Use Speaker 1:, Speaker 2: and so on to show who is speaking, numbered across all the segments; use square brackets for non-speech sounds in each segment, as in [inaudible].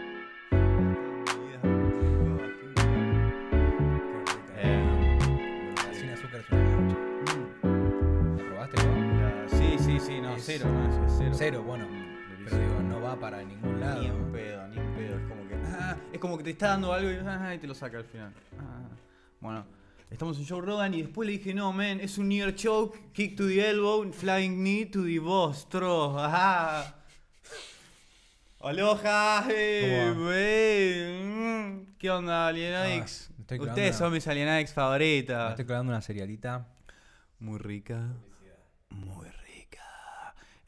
Speaker 1: Eh,
Speaker 2: Eh, cero, no, eso es cero.
Speaker 1: Cero, bueno. Pero digo, no va para ningún lado.
Speaker 2: Ni en pedo, ni en pedo. Es como que. ah, es como que te está dando algo y, ah, y te lo saca al final. Ah. Bueno, estamos en Joe Rogan y después le dije, no, man, es un near choke, kick to the elbow, flying knee to the ah. bostro. Ajá. Aloha, eh,
Speaker 1: ¿Cómo
Speaker 2: wey. Mm, ¿Qué onda, Alienadix?
Speaker 1: Ah, me estoy
Speaker 2: Ustedes
Speaker 1: clavando
Speaker 2: son
Speaker 1: una-
Speaker 2: mis Alienadix favoritas.
Speaker 1: Me estoy clavando una cerealita.
Speaker 2: Muy rica. Muy rica.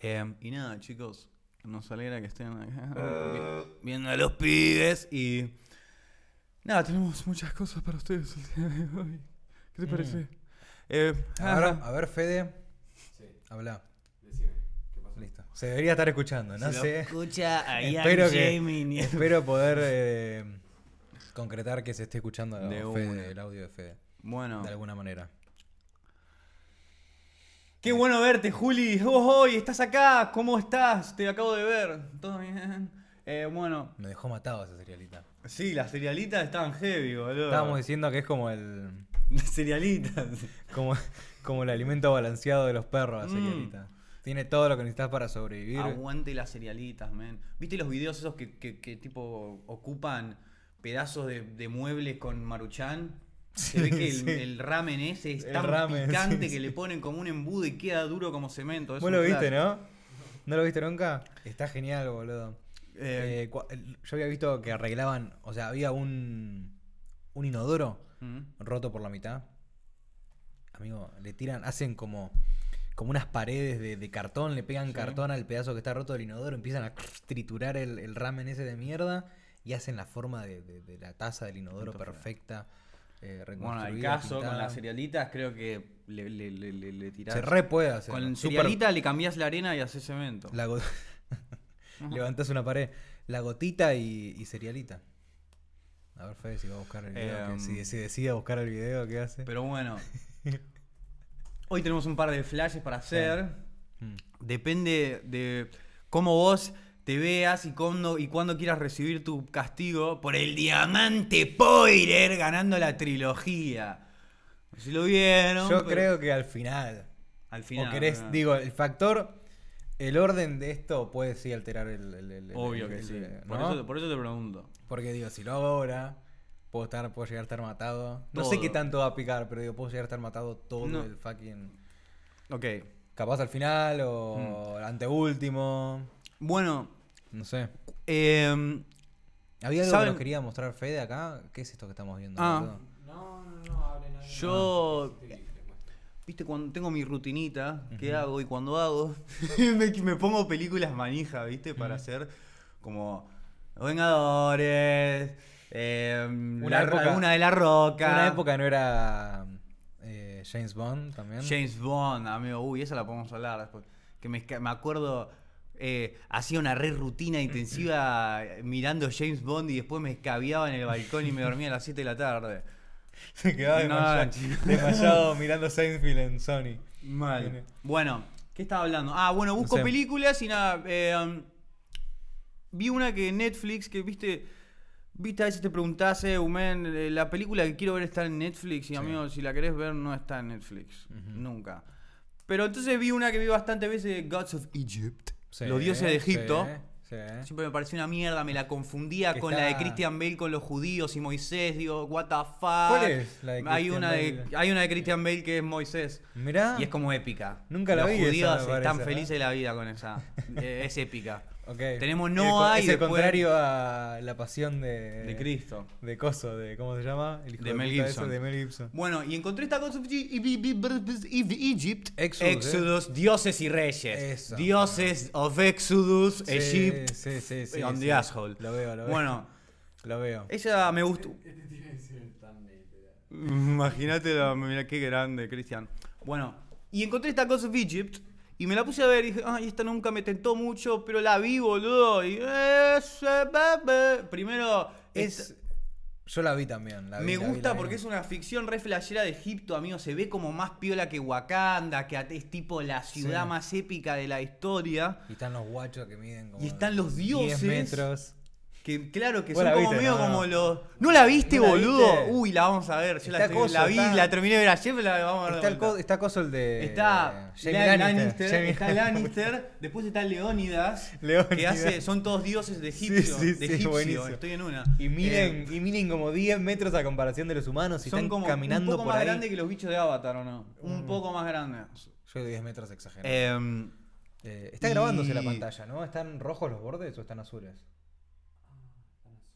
Speaker 2: Em, y nada, chicos. Nos alegra que estén acá vi- viendo a los pibes. Y. Nada, tenemos muchas cosas para ustedes el día de hoy. ¿Qué te parece? Eh,
Speaker 1: Ahora,
Speaker 2: ajá.
Speaker 1: a ver, Fede. Habla. Listo. Se debería estar escuchando, no
Speaker 2: Si lo [laughs]
Speaker 1: sé.
Speaker 2: Escucha ahí a
Speaker 1: Espero, que- [laughs]
Speaker 2: Gemini.
Speaker 1: espero poder eh, concretar que se esté escuchando
Speaker 2: De
Speaker 1: Fede,
Speaker 2: una.
Speaker 1: el audio de Fede.
Speaker 2: Bueno.
Speaker 1: De alguna manera.
Speaker 2: Qué bueno verte, Juli. Vos hoy estás acá. ¿Cómo estás? Te acabo de ver. ¿Todo bien? Eh, bueno.
Speaker 1: Me dejó matado esa cerealita.
Speaker 2: Sí, las cerealitas están heavy, boludo.
Speaker 1: Estábamos diciendo que es como el.
Speaker 2: Las cerealitas.
Speaker 1: como, como el alimento balanceado de los perros, la
Speaker 2: Mm.
Speaker 1: cerealita. Tiene todo lo que necesitas para sobrevivir.
Speaker 2: Aguante las cerealitas, men. ¿Viste los videos esos que, que- que tipo ocupan pedazos de, de muebles con maruchan? Se ve que el,
Speaker 1: sí.
Speaker 2: el ramen ese es
Speaker 1: El
Speaker 2: tan
Speaker 1: ramen,
Speaker 2: picante
Speaker 1: sí,
Speaker 2: que
Speaker 1: sí.
Speaker 2: le ponen como un embudo y queda duro como cemento. es
Speaker 1: Vos
Speaker 2: un
Speaker 1: lo viste,
Speaker 2: flash.
Speaker 1: ¿no? ¿No lo viste nunca? Está genial, boludo.
Speaker 2: Eh,
Speaker 1: Eh, cua- el- yo había visto que arreglaban, o sea, había un, un inodoro
Speaker 2: mm.
Speaker 1: roto por la mitad. Amigo, le tiran, hacen como, como unas paredes de, de cartón, le pegan cartón al pedazo que está roto del inodoro, empiezan a triturar el, el ramen ese de mierda y hacen la forma de, de- de la taza del inodoro
Speaker 2: Puto feo.
Speaker 1: perfecta. eh,
Speaker 2: Bueno, el
Speaker 1: reconstruida,
Speaker 2: caso con
Speaker 1: pintada.
Speaker 2: las cerealitas creo que le, le, le- le- le tirás.
Speaker 1: Se re puede hacer.
Speaker 2: con
Speaker 1: Super-
Speaker 2: cerealita le cambiás la arena y haces cemento.
Speaker 1: La go- [laughs] Levantás una pared. La gotita y, y cerealita. A ver, Fede, si va a buscar el video.
Speaker 2: Em.
Speaker 1: que si, si decide buscar el video, ¿qué hace?
Speaker 2: Pero
Speaker 1: [laughs]
Speaker 2: bueno. Hoy tenemos un par de flashes para hacer.
Speaker 1: Mm.
Speaker 2: Depende de cómo vos te veas y cuándo, y cuándo quieras recibir tu castigo por el diamante Poirer ganando la trilogía. No sé Si lo vieron.
Speaker 1: Yo
Speaker 2: pero
Speaker 1: creo que al final.
Speaker 2: Al final.
Speaker 1: o querés,
Speaker 2: ¿verdad?
Speaker 1: digo, el factor. El orden de esto puede sí alterar el. el- el- el-
Speaker 2: Obvio
Speaker 1: el-
Speaker 2: que
Speaker 1: el-
Speaker 2: sí.
Speaker 1: el-
Speaker 2: Por,
Speaker 1: ¿no?
Speaker 2: eso, por eso te pregunto.
Speaker 1: Porque digo, si lo hago ahora, puedo estar, puedo llegar a estar matado. No sé
Speaker 2: Todo.
Speaker 1: qué tanto va a picar, pero digo, puedo llegar a estar matado todo
Speaker 2: No.
Speaker 1: el fucking.
Speaker 2: Ok.
Speaker 1: Capaz al final
Speaker 2: Mm.
Speaker 1: o anteúltimo.
Speaker 2: Bueno.
Speaker 1: No sé.
Speaker 2: eh,
Speaker 1: Había algo
Speaker 2: ¿Saben?
Speaker 1: que nos quería mostrar Fede acá. ¿Qué es esto que estamos viendo?
Speaker 2: Ah.
Speaker 1: boludo?
Speaker 2: yo. Viste, cuando tengo mi rutinita, ¿qué hago? Y cuando hago, [laughs] me, me pongo películas manija, ¿viste? Para hacer como Los Vengadores, eh,
Speaker 1: Una
Speaker 2: la-
Speaker 1: época-
Speaker 2: alguna de La Roca.
Speaker 1: Una época no era eh, James Bond también.
Speaker 2: James Bond, amigo. Uy, esa la podemos hablar después. Que me, esca- me acuerdo, eh, hacía una red rutina intensiva eh, mirando James Bond y después me escabeaba en el balcón y me dormía a las 7 de la tarde.
Speaker 1: [laughs] Se quedaba
Speaker 2: No,
Speaker 1: desmayado,
Speaker 2: chico.
Speaker 1: desmayado mirando Seinfeld en Sony. Tiene-
Speaker 2: Mal. Bueno, ¿qué estaba hablando? Ah, bueno, busco
Speaker 1: sé.
Speaker 2: películas y nada. eh, um, vi una que Netflix, que viste. Viste, a veces te preguntás, eh, Humen, eh, la película que quiero ver está en Netflix. Y amigo, si la querés ver, no está en Netflix. Nunca. Pero entonces vi una que vi bastantes veces: Gods of Egypt.
Speaker 1: Sí,
Speaker 2: los dioses de Egipto.
Speaker 1: sí, sí.
Speaker 2: Siempre me pareció una mierda, me la confundía
Speaker 1: Que
Speaker 2: con la de
Speaker 1: está-
Speaker 2: Christian Bale con los judíos y Moisés, digo, what the fuck.
Speaker 1: ¿Cuál es la de
Speaker 2: hay,
Speaker 1: Christian
Speaker 2: una de,
Speaker 1: Bale?
Speaker 2: hay una de Christian Bale que es Moisés.
Speaker 1: Mirá.
Speaker 2: Y es como épica.
Speaker 1: Nunca la
Speaker 2: Los
Speaker 1: vi esa,
Speaker 2: judíos
Speaker 1: me parece,
Speaker 2: están
Speaker 1: ¿no?
Speaker 2: felices de la vida con esa. [laughs] Eh, es épica.
Speaker 1: Ok.
Speaker 2: Tenemos
Speaker 1: El
Speaker 2: Noah
Speaker 1: co-
Speaker 2: y
Speaker 1: Es el
Speaker 2: después-
Speaker 1: contrario a la pasión de.
Speaker 2: De Cristo.
Speaker 1: De Coso, de. ¿Cómo se llama? El hijo
Speaker 2: De Mel
Speaker 1: puta ese
Speaker 2: Gibson.
Speaker 1: de Mel Gibson.
Speaker 2: Bueno, y encontré esta cosa. Egypt.
Speaker 1: Exodus, ¿eh?
Speaker 2: dioses y reyes.
Speaker 1: Eso.
Speaker 2: Dioses of Exodus,
Speaker 1: Sí,
Speaker 2: Egypt.
Speaker 1: sí, sí, sí,
Speaker 2: on
Speaker 1: sí.
Speaker 2: the asshole.
Speaker 1: Lo veo, lo veo.
Speaker 2: Bueno,
Speaker 1: Lo veo.
Speaker 2: ella me gustó. Imagínate, la- mira qué grande, Cristian. Bueno, y encontré esta cosa of Egypt y me la puse a ver y dije, ay, esta nunca me tentó mucho, pero la vi, boludo. Y ese bebé. Primero,
Speaker 1: Es.
Speaker 2: esta-
Speaker 1: Yo la vi también. la vi,
Speaker 2: me
Speaker 1: la vi,
Speaker 2: gusta
Speaker 1: la vi.
Speaker 2: porque es una ficción re flashera de Egipto, amigo. Se ve como más piola que Wakanda, que es tipo la ciudad
Speaker 1: Sí.
Speaker 2: más épica de la historia.
Speaker 1: Y están los guachos que miden como.
Speaker 2: Y están los
Speaker 1: 10
Speaker 2: dioses.
Speaker 1: metros.
Speaker 2: Que claro, que
Speaker 1: Vos
Speaker 2: son
Speaker 1: la
Speaker 2: como
Speaker 1: viste,
Speaker 2: medio
Speaker 1: no,
Speaker 2: como
Speaker 1: no.
Speaker 2: los. ¿No la viste,
Speaker 1: ¿No la
Speaker 2: boludo?
Speaker 1: viste?
Speaker 2: Uy, la vamos a ver. Yo la,
Speaker 1: Está
Speaker 2: terminé- la
Speaker 1: coso,
Speaker 2: vi,
Speaker 1: está-
Speaker 2: la terminé de ver ayer, pero la vamos a ver. de
Speaker 1: Está, el co-
Speaker 2: vuelta.
Speaker 1: está coso el de.
Speaker 2: Está
Speaker 1: Jamie
Speaker 2: Lan-
Speaker 1: Lannister.
Speaker 2: Lannister,
Speaker 1: Jamie
Speaker 2: está [laughs] Lannister, después está
Speaker 1: [laughs]
Speaker 2: Leónidas, que
Speaker 1: Leónidas.
Speaker 2: hace, son todos dioses de egipcio,
Speaker 1: sí,
Speaker 2: de
Speaker 1: sí,
Speaker 2: egipcio,
Speaker 1: buenísimo.
Speaker 2: estoy en una.
Speaker 1: Y miden,
Speaker 2: Eh,
Speaker 1: y miden como 10 metros a comparación de los humanos y
Speaker 2: son
Speaker 1: están
Speaker 2: como
Speaker 1: caminando
Speaker 2: un poco
Speaker 1: por
Speaker 2: más
Speaker 1: ahí.
Speaker 2: grandes que los bichos de Avatar, ¿o no? Un
Speaker 1: Mm.
Speaker 2: poco más grandes.
Speaker 1: Yo 10 metros exagero.
Speaker 2: Eh,
Speaker 1: Eh, está grabándose la
Speaker 2: y-
Speaker 1: pantalla, ¿no? ¿Están rojos los bordes o están azules?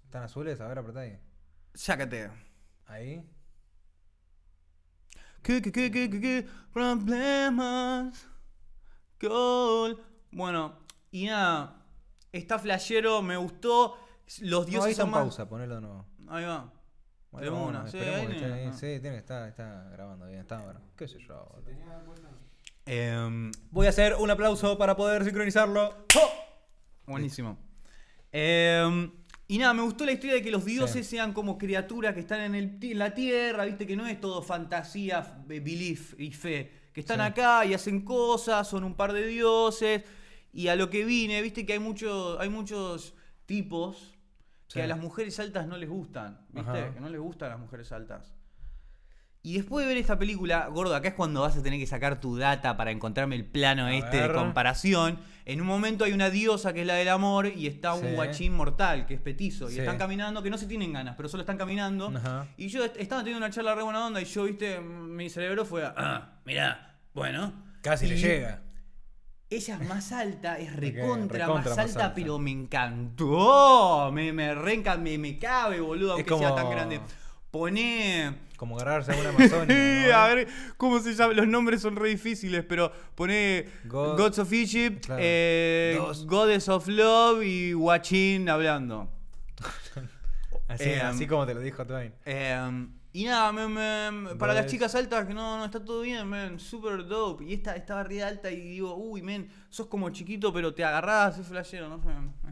Speaker 1: ¿Están azules? A ver, apretá ahí.
Speaker 2: sácate.
Speaker 1: Ahí.
Speaker 2: Que, que, que, que, que, que, problemas. Gol. Bueno, y nada. Está flashero, me gustó. Los
Speaker 1: No, ahí
Speaker 2: dioses
Speaker 1: está
Speaker 2: son
Speaker 1: en
Speaker 2: más-
Speaker 1: pausa, ponelo de nuevo.
Speaker 2: Ahí va.
Speaker 1: Bueno,
Speaker 2: De una,
Speaker 1: bueno,
Speaker 2: sí,
Speaker 1: esperemos
Speaker 2: ahí
Speaker 1: que esté
Speaker 2: viene,
Speaker 1: ahí.
Speaker 2: ajá.
Speaker 1: Sí, tiene que estar, está grabando bien, está bueno. ¿Qué sé yo? boludo.
Speaker 2: Em,
Speaker 1: Voy a hacer un aplauso para poder sincronizarlo.
Speaker 2: Buenísimo. Eh, y nada, me gustó la historia de que los dioses sean como criaturas que están en, el ti- en la tierra, viste, que no es todo fantasía, f- be- belief y fe. Que están
Speaker 1: Sí.
Speaker 2: acá y hacen cosas, son un par de dioses. Y a lo que vine, viste que hay, mucho, hay muchos tipos que
Speaker 1: Sí.
Speaker 2: a las mujeres altas no les gustan, viste,
Speaker 1: Ajá.
Speaker 2: que no les gustan las mujeres altas. Y después de ver esta película, gordo, acá es cuando vas a tener que sacar tu data para encontrarme el plano
Speaker 1: A
Speaker 2: este de
Speaker 1: ver.
Speaker 2: comparación. En un momento hay una diosa que es la del amor y está un
Speaker 1: Sí.
Speaker 2: guachín mortal que es petizo. Y
Speaker 1: Sí.
Speaker 2: están caminando, que no se tienen ganas, pero solo están caminando.
Speaker 1: Ajá.
Speaker 2: Y yo est- estaba teniendo una charla re buena onda y yo, viste, mi cerebro fue, ah, mirá, bueno.
Speaker 1: Casi le
Speaker 2: Y
Speaker 1: llega.
Speaker 2: Ella es más alta, es recontra,
Speaker 1: recontra
Speaker 2: más,
Speaker 1: más
Speaker 2: alta,
Speaker 1: alta.
Speaker 2: pero me encantó. Me, me reenca- me, me cabe, boludo, aunque sea
Speaker 1: como-
Speaker 2: tan grande. Poné.
Speaker 1: Como agarrarse a una
Speaker 2: [laughs]
Speaker 1: Amazonia.
Speaker 2: Eh,
Speaker 1: ¿no?
Speaker 2: a ver, ¿cómo se llama? Los nombres son re difíciles, pero pone
Speaker 1: God-
Speaker 2: Gods of Egypt,
Speaker 1: Claro.
Speaker 2: eh,
Speaker 1: Dos.
Speaker 2: Goddess of Love y Guachín hablando.
Speaker 1: Así,
Speaker 2: Eh,
Speaker 1: así como te lo dijo Twain.
Speaker 2: Eh, y nada, me- me- para las
Speaker 1: Goddess.
Speaker 2: chicas altas, que no, no, está todo bien, man, super dope. Y esta estaba re alta y digo, uy, men, sos como chiquito, pero te agarrás, es flashero, no sé.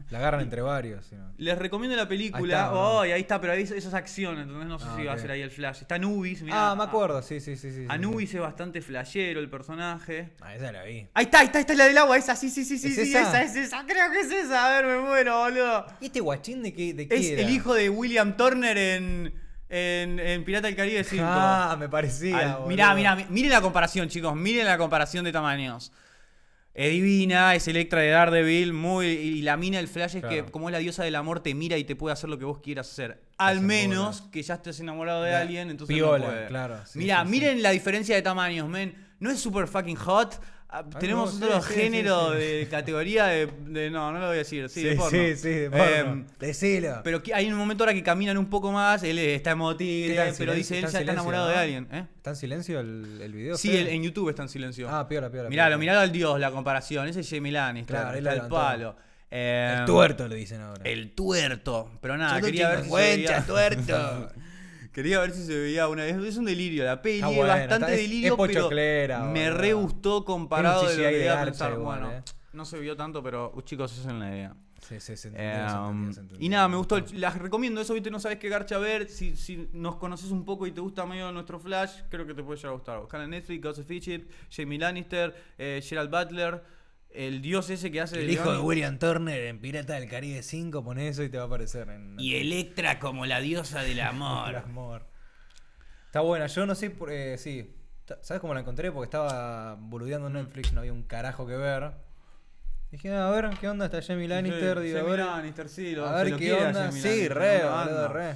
Speaker 1: La agarran entre varios. si no.
Speaker 2: Les recomiendo la película. Ahí
Speaker 1: Ahí está,
Speaker 2: está,
Speaker 1: ¿no?
Speaker 2: ahí está pero ahí eso eso es acción, entonces no sé
Speaker 1: Ah,
Speaker 2: si va a
Speaker 1: ok.
Speaker 2: ser ahí el flash. Está Anubis, mirá.
Speaker 1: Ah, me acuerdo, sí, sí, sí. sí, sí, sí.
Speaker 2: Anubis es bastante flashero el personaje.
Speaker 1: Ah, esa la vi.
Speaker 2: Ahí está, ahí está, esta es la del agua, esa, sí, sí, sí, sí,
Speaker 1: ¿Es
Speaker 2: sí,
Speaker 1: esa?
Speaker 2: esa? es esa, creo que es esa, a ver, me muero, boludo.
Speaker 1: ¿Y este guachín de qué, de qué
Speaker 2: Es
Speaker 1: era?
Speaker 2: el hijo de William Turner en, en, en Pirata del Caribe 5.
Speaker 1: Ah, me
Speaker 2: Al-
Speaker 1: parecía. boludo.
Speaker 2: mirá, mirá, mi- miren la comparación, chicos, miren la comparación de tamaños. Es divina, es Electra de Daredevil, muy. Y la mina, el flash es
Speaker 1: Claro.
Speaker 2: que, como es la diosa del amor, te mira y te puede hacer lo que vos quieras hacer. Al
Speaker 1: Hacen
Speaker 2: menos
Speaker 1: bolas.
Speaker 2: que ya estés enamorado de
Speaker 1: Ya,
Speaker 2: alguien, entonces.
Speaker 1: piola,
Speaker 2: no puede.
Speaker 1: claro, sí,
Speaker 2: Mirá,
Speaker 1: sí,
Speaker 2: miren la diferencia de tamaños, men. No es super fucking hot. Ah,
Speaker 1: no,
Speaker 2: Tenemos
Speaker 1: sí,
Speaker 2: otro
Speaker 1: sí, sí,
Speaker 2: género
Speaker 1: sí.
Speaker 2: de categoría de, de- No, no lo voy a decir. Sí,
Speaker 1: Sí,
Speaker 2: de
Speaker 1: sí,
Speaker 2: porno.
Speaker 1: sí, de porno.
Speaker 2: Em,
Speaker 1: Decilo.
Speaker 2: pero que hay un momento ahora que caminan un poco más, él eh, está emotivo,
Speaker 1: Queda en
Speaker 2: pero
Speaker 1: silencio-
Speaker 2: dice él
Speaker 1: está
Speaker 2: ya
Speaker 1: en
Speaker 2: está
Speaker 1: silencio,
Speaker 2: enamorado
Speaker 1: ¿no?
Speaker 2: de alguien. ¿eh?
Speaker 1: ¿Está en silencio el, el video?
Speaker 2: Sí,
Speaker 1: Fede?
Speaker 2: el- en YouTube está en silencio.
Speaker 1: Ah, piola, piola.
Speaker 2: miralo,
Speaker 1: piola.
Speaker 2: miralo al dios la comparación, ese es Jamie Lannister,
Speaker 1: Claro, él
Speaker 2: está
Speaker 1: lo
Speaker 2: el
Speaker 1: levantó.
Speaker 2: palo. Eh,
Speaker 1: El tuerto le dicen ahora.
Speaker 2: El tuerto, pero nada,
Speaker 1: Yo no
Speaker 2: quería ver si
Speaker 1: tengo
Speaker 2: se veía...
Speaker 1: tuerto.
Speaker 2: [laughs] Quería ver si se veía una vez. Es un delirio, la peli
Speaker 1: Está
Speaker 2: es
Speaker 1: bueno,
Speaker 2: bastante
Speaker 1: está- es- es
Speaker 2: delirio, pero
Speaker 1: pochoclera,
Speaker 2: me
Speaker 1: boludo.
Speaker 2: re gustó comparado
Speaker 1: Tiene
Speaker 2: de
Speaker 1: un
Speaker 2: lo que
Speaker 1: CGI de
Speaker 2: iba a
Speaker 1: garcha
Speaker 2: pensar.
Speaker 1: igual,
Speaker 2: bueno,
Speaker 1: eh.
Speaker 2: no se vio tanto, pero uh, chicos, esa es la idea.
Speaker 1: Sí, sí, se entendió, se
Speaker 2: Eh,
Speaker 1: entendió, se entendió.
Speaker 2: y nada, me gustó. el- Las recomiendo eso, viste, no sabes qué garcha ver. Si, si nos conoces un poco y te gusta medio nuestro flash, creo que te puede llegar a gustar. Buscar en Netflix, Gods of Egypt, Jamie Lannister, eh, Gerald Butler, el dios ese que hace
Speaker 1: El
Speaker 2: de
Speaker 1: hijo de
Speaker 2: Leoni-
Speaker 1: William Turner en Pirata del Caribe 5, pon eso y te va a aparecer en
Speaker 2: Y Electra como la diosa del [laughs]
Speaker 1: El
Speaker 2: amor.
Speaker 1: amor. Está buena, yo no sé, por- eh, sí. Ta- ¿Sabes cómo la encontré? Porque estaba boludeando en Netflix, no había un carajo que ver. Dije, ah, a ver, ¿qué onda? Está Jamie Lannister.
Speaker 2: Sí,
Speaker 1: digo, a
Speaker 2: Jamie
Speaker 1: ver,
Speaker 2: Lannister, sí, lo-
Speaker 1: a
Speaker 2: se
Speaker 1: ver
Speaker 2: lo
Speaker 1: qué
Speaker 2: quiere a
Speaker 1: onda.
Speaker 2: Jamie
Speaker 1: Sí,
Speaker 2: Lannister,
Speaker 1: re,
Speaker 2: una
Speaker 1: boludo,
Speaker 2: banda.
Speaker 1: re.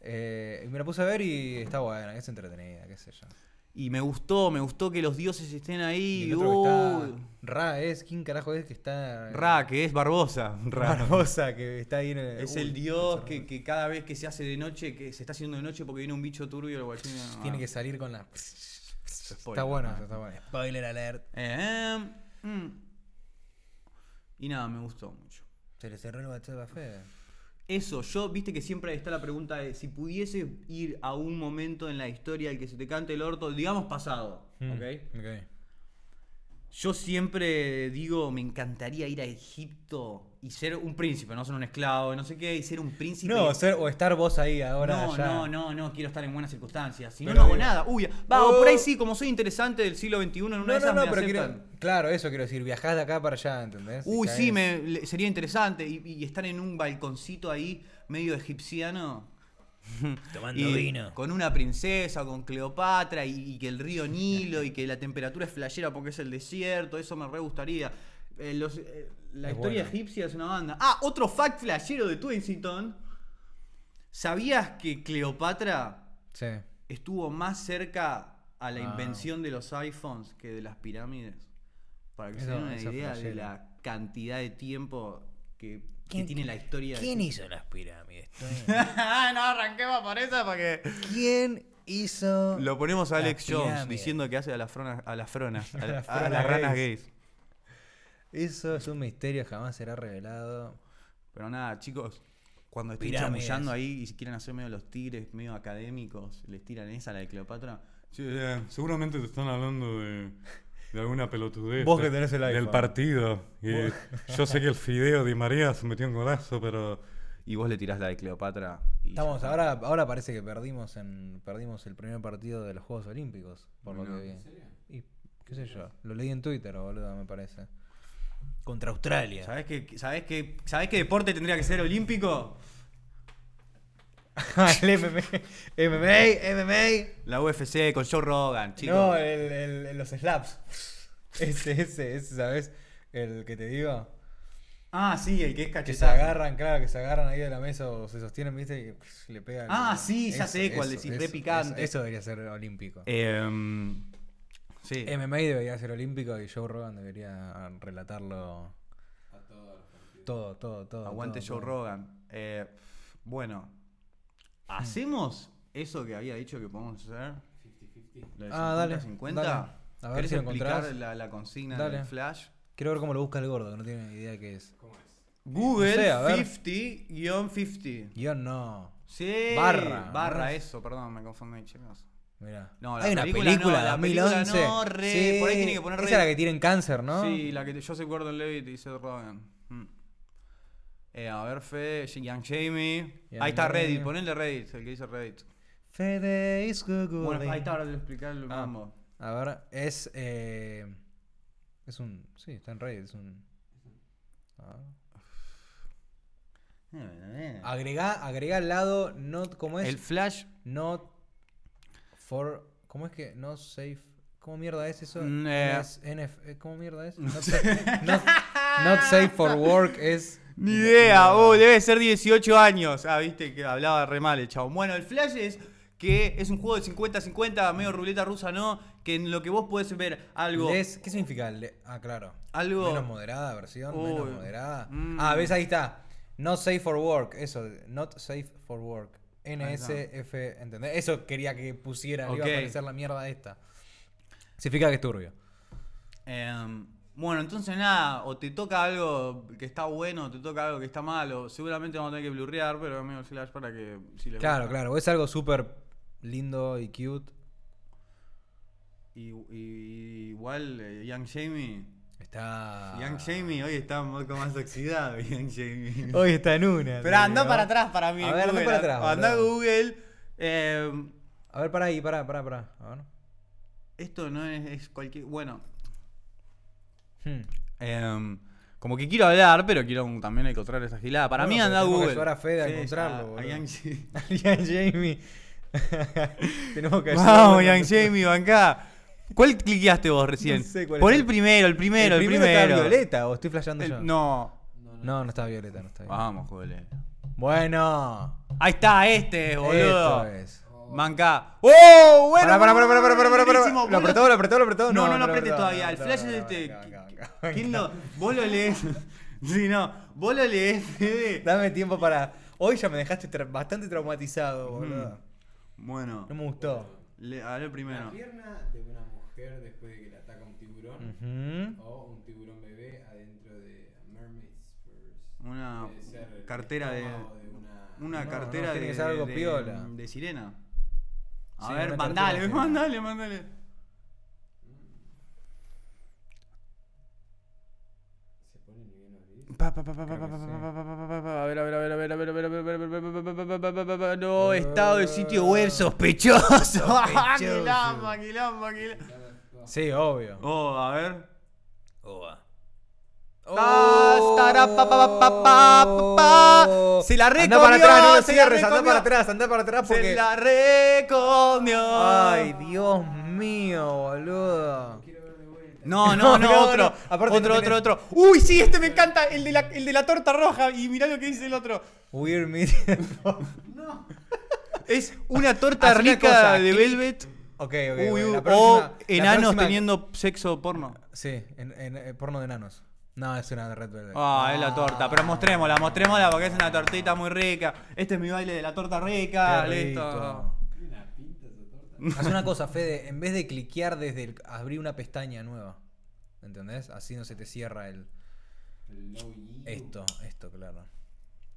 Speaker 1: Eh, y me la puse a ver y está buena, es entretenida, qué sé yo.
Speaker 2: Y me gustó, me gustó que los dioses estén
Speaker 1: Y
Speaker 2: ahí.
Speaker 1: el otro que
Speaker 2: uy.
Speaker 1: está- Ra es, ¿quién carajo es que está? eh,
Speaker 2: Ra, que es Barbosa. [laughs] Ra.
Speaker 1: Barbosa, que está ahí en el.
Speaker 2: Es
Speaker 1: Eh, Uy,
Speaker 2: el dios
Speaker 1: qué
Speaker 2: que, que cada vez que se hace de noche, que se está haciendo de noche porque viene un bicho turbio el guachín. ah.
Speaker 1: zarpado. Tiene que salir con la. está bueno, eso, está bueno. Spoiler alert.
Speaker 2: Eh, mm. Y nada, me gustó mucho.
Speaker 1: Se le cerró el WhatsApp a Fede.
Speaker 2: Eso, yo, viste que siempre está la pregunta de si pudieses ir a un
Speaker 1: Mm.
Speaker 2: momento en la historia al que se te cante el orto, digamos pasado, ¿ok?
Speaker 1: Ok.
Speaker 2: Yo siempre digo, me encantaría ir a Egipto y ser un príncipe, no ser un esclavo, no sé qué, y ser un príncipe.
Speaker 1: No, ser- o estar vos ahí ahora.
Speaker 2: no,
Speaker 1: ya.
Speaker 2: no, no, no, quiero estar en buenas circunstancias. Si no,
Speaker 1: Pero
Speaker 2: no hago
Speaker 1: digo-
Speaker 2: nada. Uy, va, o por ahí
Speaker 1: Oh.
Speaker 2: sí, como soy interesante del siglo XXI, en una
Speaker 1: No,
Speaker 2: de
Speaker 1: no,
Speaker 2: esas
Speaker 1: no,
Speaker 2: me
Speaker 1: pero
Speaker 2: aceptan.
Speaker 1: quiero. Claro, eso quiero decir. Viajás de acá para allá, ¿entendés? Y
Speaker 2: Uy, sí,
Speaker 1: caes.
Speaker 2: me, le- sería interesante. Y, y estar en un balconcito ahí, medio egipciano.
Speaker 1: Tomando
Speaker 2: y
Speaker 1: vino.
Speaker 2: Con una princesa, con Cleopatra, y, y que el río Nilo, y que la temperatura es flayera porque es el desierto. Eso me re gustaría. Eh, los- eh, la
Speaker 1: Es
Speaker 2: historia
Speaker 1: bueno.
Speaker 2: egipcia es una banda. Ah, otro fact flayero de Twensington. ¿Sabías que Cleopatra
Speaker 1: Sí.
Speaker 2: estuvo más cerca a la
Speaker 1: Ah.
Speaker 2: invención de los iPhones que de las pirámides. Para que se
Speaker 1: Eso-
Speaker 2: den una
Speaker 1: eso
Speaker 2: idea de
Speaker 1: flashero.
Speaker 2: la cantidad de tiempo que, que
Speaker 1: ¿Quién-
Speaker 2: tiene la historia. de- [laughs]
Speaker 1: ¿Quién hizo las pirámides?
Speaker 2: Ah, no, arranquemos por esa para que.
Speaker 1: [laughs] ¿Quién hizo.?
Speaker 2: Lo ponemos a
Speaker 1: Las
Speaker 2: Alex Jones
Speaker 1: pirámides.
Speaker 2: diciendo que hace a las fronas, a las fronas, a,
Speaker 1: [laughs] A
Speaker 2: la-
Speaker 1: las
Speaker 2: a las
Speaker 1: fronas
Speaker 2: ranas
Speaker 1: gays.
Speaker 2: gays.
Speaker 1: Eso es un misterio, jamás será revelado.
Speaker 2: Pero nada, chicos, cuando estoy
Speaker 1: Pirámides.
Speaker 2: chamullando ahí y si quieren hacer medio los tigres, medio académicos, les tiran esa, la de Cleopatra.
Speaker 3: Sí, eh, seguramente te están hablando de, de alguna pelotudez.
Speaker 1: Vos que
Speaker 3: de-
Speaker 1: tenés el
Speaker 3: Del
Speaker 1: iPhone.
Speaker 3: partido.
Speaker 1: Eh,
Speaker 3: Y
Speaker 4: [laughs]
Speaker 3: yo sé que el fideo de María se metió en golazo, pero...
Speaker 2: Y vos le tirás la de Cleopatra. y ya
Speaker 1: Estamos,
Speaker 2: está.
Speaker 1: ahora, ahora parece que perdimos en perdimos el primer partido de los Juegos Olímpicos, por lo
Speaker 2: No.
Speaker 1: que vi. Y, qué sé yo, lo leí en Twitter, boludo, me parece. Contra Australia.
Speaker 2: ¿Sabés qué, sabés qué, sabés qué deporte tendría que ser olímpico?
Speaker 1: [laughs] Ah, el MMA, MMA, MMA.
Speaker 2: La UFC con Joe Rogan, chicos.
Speaker 1: No, el, el- el- los slaps. Ese, ese, ese, ¿sabes? El que te digo.
Speaker 2: Ah, sí, el que es
Speaker 1: Que
Speaker 2: cachetazo.
Speaker 1: se agarran, claro, que se agarran ahí de la mesa o se sostienen, viste, y pff, le pegan.
Speaker 2: Ah, sí, ya sé cuál decís, re
Speaker 1: eso,
Speaker 2: picante.
Speaker 1: Eso, debería ser olímpico.
Speaker 2: Em, sí.
Speaker 1: MMA debería ser olímpico y Joe Rogan debería relatarlo. Todo, todo, todo.
Speaker 2: Aguante
Speaker 1: todo,
Speaker 2: Joe
Speaker 1: todo.
Speaker 2: Rogan. Eh, bueno, ¿hacemos eso que había dicho que podemos hacer? Lo de
Speaker 1: Ah, dale,
Speaker 2: 50-50.
Speaker 1: dale. A ver
Speaker 2: ¿Querés
Speaker 1: si lo
Speaker 2: explicar
Speaker 1: encontrás.
Speaker 2: la, la consigna
Speaker 1: Dale.
Speaker 2: del Flash?
Speaker 1: Quiero ver cómo lo busca el gordo, que no tiene ni idea de qué es. No sé,
Speaker 2: Google
Speaker 1: a ver.
Speaker 2: 50-50.
Speaker 1: Guión no.
Speaker 2: Sí.
Speaker 1: Barra.
Speaker 2: Barra, eso, perdón, me confundí, chicos.
Speaker 1: Mirá.
Speaker 2: No, la
Speaker 1: Hay una
Speaker 2: película
Speaker 1: película,
Speaker 2: no,
Speaker 1: de
Speaker 2: la
Speaker 1: 2011.
Speaker 2: película no, re,
Speaker 1: Sí,
Speaker 2: por ahí tiene que poner
Speaker 1: Esa
Speaker 2: re.
Speaker 1: es la que tienen cáncer, ¿no?
Speaker 2: Sí, la que te- Joseph Gordon Levitt y Seth Rogen. Mm. Eh, a ver, Fe, Young Jamie.
Speaker 1: Young
Speaker 2: ahí está Reddit,
Speaker 1: Jamie.
Speaker 2: ponle Reddit, el que dice Reddit.
Speaker 1: Fede is Google.
Speaker 2: Bueno, ahí está, ahora te voy a explicar el
Speaker 1: Ah.
Speaker 2: mambo.
Speaker 1: A ver, es. Eh, es un. Sí, está en Reddit. Es un. Ah. Agregá, agregá al lado not. ¿Cómo es?
Speaker 2: El Flash,
Speaker 1: Not for. ¿Cómo es que? No safe. ¿Cómo mierda es eso?
Speaker 2: Mm, eh.
Speaker 1: Es NF, eh, ¿Cómo mierda
Speaker 2: [laughs]
Speaker 1: es? Not, sa- not- not safe for work es.
Speaker 2: Ni idea, oh, debe ser 18 años. Ah, viste que hablaba re mal el chabón. Bueno, el Flash es que es un juego de 50-50, medio ruleta rusa, ¿no? Que en lo que vos podés ver algo.
Speaker 1: less- ¿Qué significa? le- ah, claro.
Speaker 2: Algo-
Speaker 1: Menos moderada versión, menos
Speaker 2: Uy.
Speaker 1: moderada.
Speaker 2: Mm.
Speaker 1: Ah, ves, ahí está. Not safe for work. Eso, not safe for work.
Speaker 2: está.
Speaker 1: NSF, ¿entendés? Eso quería que pusiera, le iba
Speaker 2: Ok.
Speaker 1: a aparecer la mierda esta. Significa que es turbio.
Speaker 2: Em, bueno, entonces nada, o te toca algo que está bueno, o te toca algo que está malo. Seguramente vamos a tener que blurrear, pero medio el Flash para que si les
Speaker 1: Claro,
Speaker 2: gusta.
Speaker 1: claro. O es algo súper lindo y cute.
Speaker 2: Y, y- igual, eh, Young Jamie.
Speaker 1: Está.
Speaker 2: Young Jamie hoy está un poco más oxidado, Young
Speaker 1: [laughs]
Speaker 2: Jamie.
Speaker 1: Hoy está en una.
Speaker 2: Pero anda para atrás para mí.
Speaker 1: A ver, andá
Speaker 2: Google,
Speaker 1: para atrás,
Speaker 2: Andá a
Speaker 1: boludo.
Speaker 2: Google. em,
Speaker 1: A ver, para ahí, para, para, para. A ver.
Speaker 2: Esto no es, es cualquier. Bueno.
Speaker 1: [laughs] Hmm.
Speaker 2: em, como que quiero hablar, pero quiero un- también encontrar esa gilada. Para mí
Speaker 1: Bueno, pero
Speaker 2: anda
Speaker 1: tenemos que
Speaker 2: Google.
Speaker 1: ayudar a Fede a
Speaker 2: Sí,
Speaker 1: encontrarlo,
Speaker 2: a- a
Speaker 1: boludo.
Speaker 2: Yang Ji-
Speaker 1: Ian Jamie. Tenemos que
Speaker 2: Vamos,
Speaker 1: ayudarlo
Speaker 2: Yang
Speaker 1: con-
Speaker 2: Jamie, bancá. ¿Cuál cliqueaste vos recién?
Speaker 1: No sé cuál
Speaker 2: Pon
Speaker 1: es
Speaker 2: el
Speaker 1: el-
Speaker 2: primero, el primero, el primero.
Speaker 1: está Violeta o estoy flasheando
Speaker 2: El-
Speaker 1: yo.
Speaker 2: no.
Speaker 1: no, no está Violeta, no está Violeta.
Speaker 2: Vamos, Google.
Speaker 1: Bueno.
Speaker 2: Ahí está, este, boludo.
Speaker 1: Esto es.
Speaker 2: Manca. ¡Oh! Bueno,
Speaker 1: Pará, pará, pará, pará, pará, pará, pará.
Speaker 2: buenísimo,
Speaker 1: Lo
Speaker 2: vos
Speaker 1: apretó, lo apretó, lo apretó.
Speaker 2: No, no, lo
Speaker 1: lo
Speaker 2: apretes
Speaker 1: apretó,
Speaker 2: todavía.
Speaker 1: no,
Speaker 2: el
Speaker 1: no,
Speaker 2: flash
Speaker 1: no,
Speaker 2: es
Speaker 1: no,
Speaker 2: este.
Speaker 1: no, no, no, no.
Speaker 2: ¿Quién lo.? Vos lo lees. [laughs] Sí, no. Vos lo lees, Fede.
Speaker 1: Dame tiempo para. Hoy ya me dejaste tra- bastante traumatizado, boludo.
Speaker 2: Bueno,
Speaker 1: No me gustó.
Speaker 2: le, a ver primero.
Speaker 4: La pierna de una mujer después de que la ataca un tiburón
Speaker 1: Ujú.
Speaker 4: o un tiburón bebé adentro de a Mermaid's [laughs] Purse.
Speaker 2: Una
Speaker 4: Puede ser el
Speaker 2: cartera de.
Speaker 4: estómago de una,
Speaker 2: Una
Speaker 1: No,
Speaker 2: cartera
Speaker 1: no,
Speaker 2: de.
Speaker 1: tiene que ser algo
Speaker 2: de-
Speaker 1: piola.
Speaker 2: de sirena. A
Speaker 1: Sí,
Speaker 2: ver,
Speaker 1: una cartera
Speaker 2: mandale,
Speaker 1: de sirena.
Speaker 2: mandale, mandale. Pa, pa, pa, pa, pa,
Speaker 1: Creo
Speaker 2: pa,
Speaker 1: que
Speaker 2: pa,
Speaker 1: sí.
Speaker 2: pa, pa, pa, pa, pa, pa. A ver, a ver, a ver, a ver, a ver, a ver, a ver, a ver, a ver, a ver, a ver, a ver, a ver, a ver, a ver, a ver. No, estado de sitio web Ah. [laughs] sospechoso. Quilombo, quilombo, quilombo.
Speaker 1: Sí, obvio.
Speaker 2: Oh, a ver.
Speaker 1: Oa. Oh.
Speaker 2: Ah, estará pa, pa, pa, pa, pa, pa. Se la
Speaker 1: Anda para
Speaker 2: recomió,
Speaker 1: atrás, no lo
Speaker 2: se la
Speaker 1: cierres, anda
Speaker 2: recomió.
Speaker 1: para atrás, anda para atrás
Speaker 2: Se
Speaker 1: porque.
Speaker 2: la recomió.
Speaker 1: Ay, Dios mío, boludo. [laughs]
Speaker 2: No, no, no,
Speaker 1: No, no,
Speaker 2: otro.
Speaker 1: no. Aparte
Speaker 2: otro,
Speaker 1: no
Speaker 2: otro,
Speaker 1: tenés-
Speaker 2: otro. Uy, sí, este me encanta, el de, la, el de la torta roja. Y mirá lo que dice el otro.
Speaker 1: Weird Meat.
Speaker 2: Es una torta
Speaker 1: Haz una
Speaker 2: rica
Speaker 1: cosa,
Speaker 2: de
Speaker 1: clic.
Speaker 2: velvet.
Speaker 1: [laughs] ok, ok. ok,
Speaker 2: Uy,
Speaker 1: la
Speaker 2: uy,
Speaker 1: próxima-
Speaker 2: o
Speaker 1: la
Speaker 2: enanos
Speaker 1: próxima-
Speaker 2: teniendo sexo porno.
Speaker 1: Sí, en, en- eh, porno de enanos. No, es una de Red Velvet.
Speaker 2: Ah, es la torta, pero mostrémosla, mostrémosla porque es una tortita muy rica. Este es mi baile de la torta rica,
Speaker 1: Qué
Speaker 2: listo.
Speaker 1: rico.
Speaker 4: Tiene una pinta esa torta.
Speaker 1: Haz una cosa, Fede, en vez de cliquear desde el. abrí una pestaña nueva. ¿Entendés? Así no se te cierra el.
Speaker 4: El low yield.
Speaker 1: Esto, esto, claro.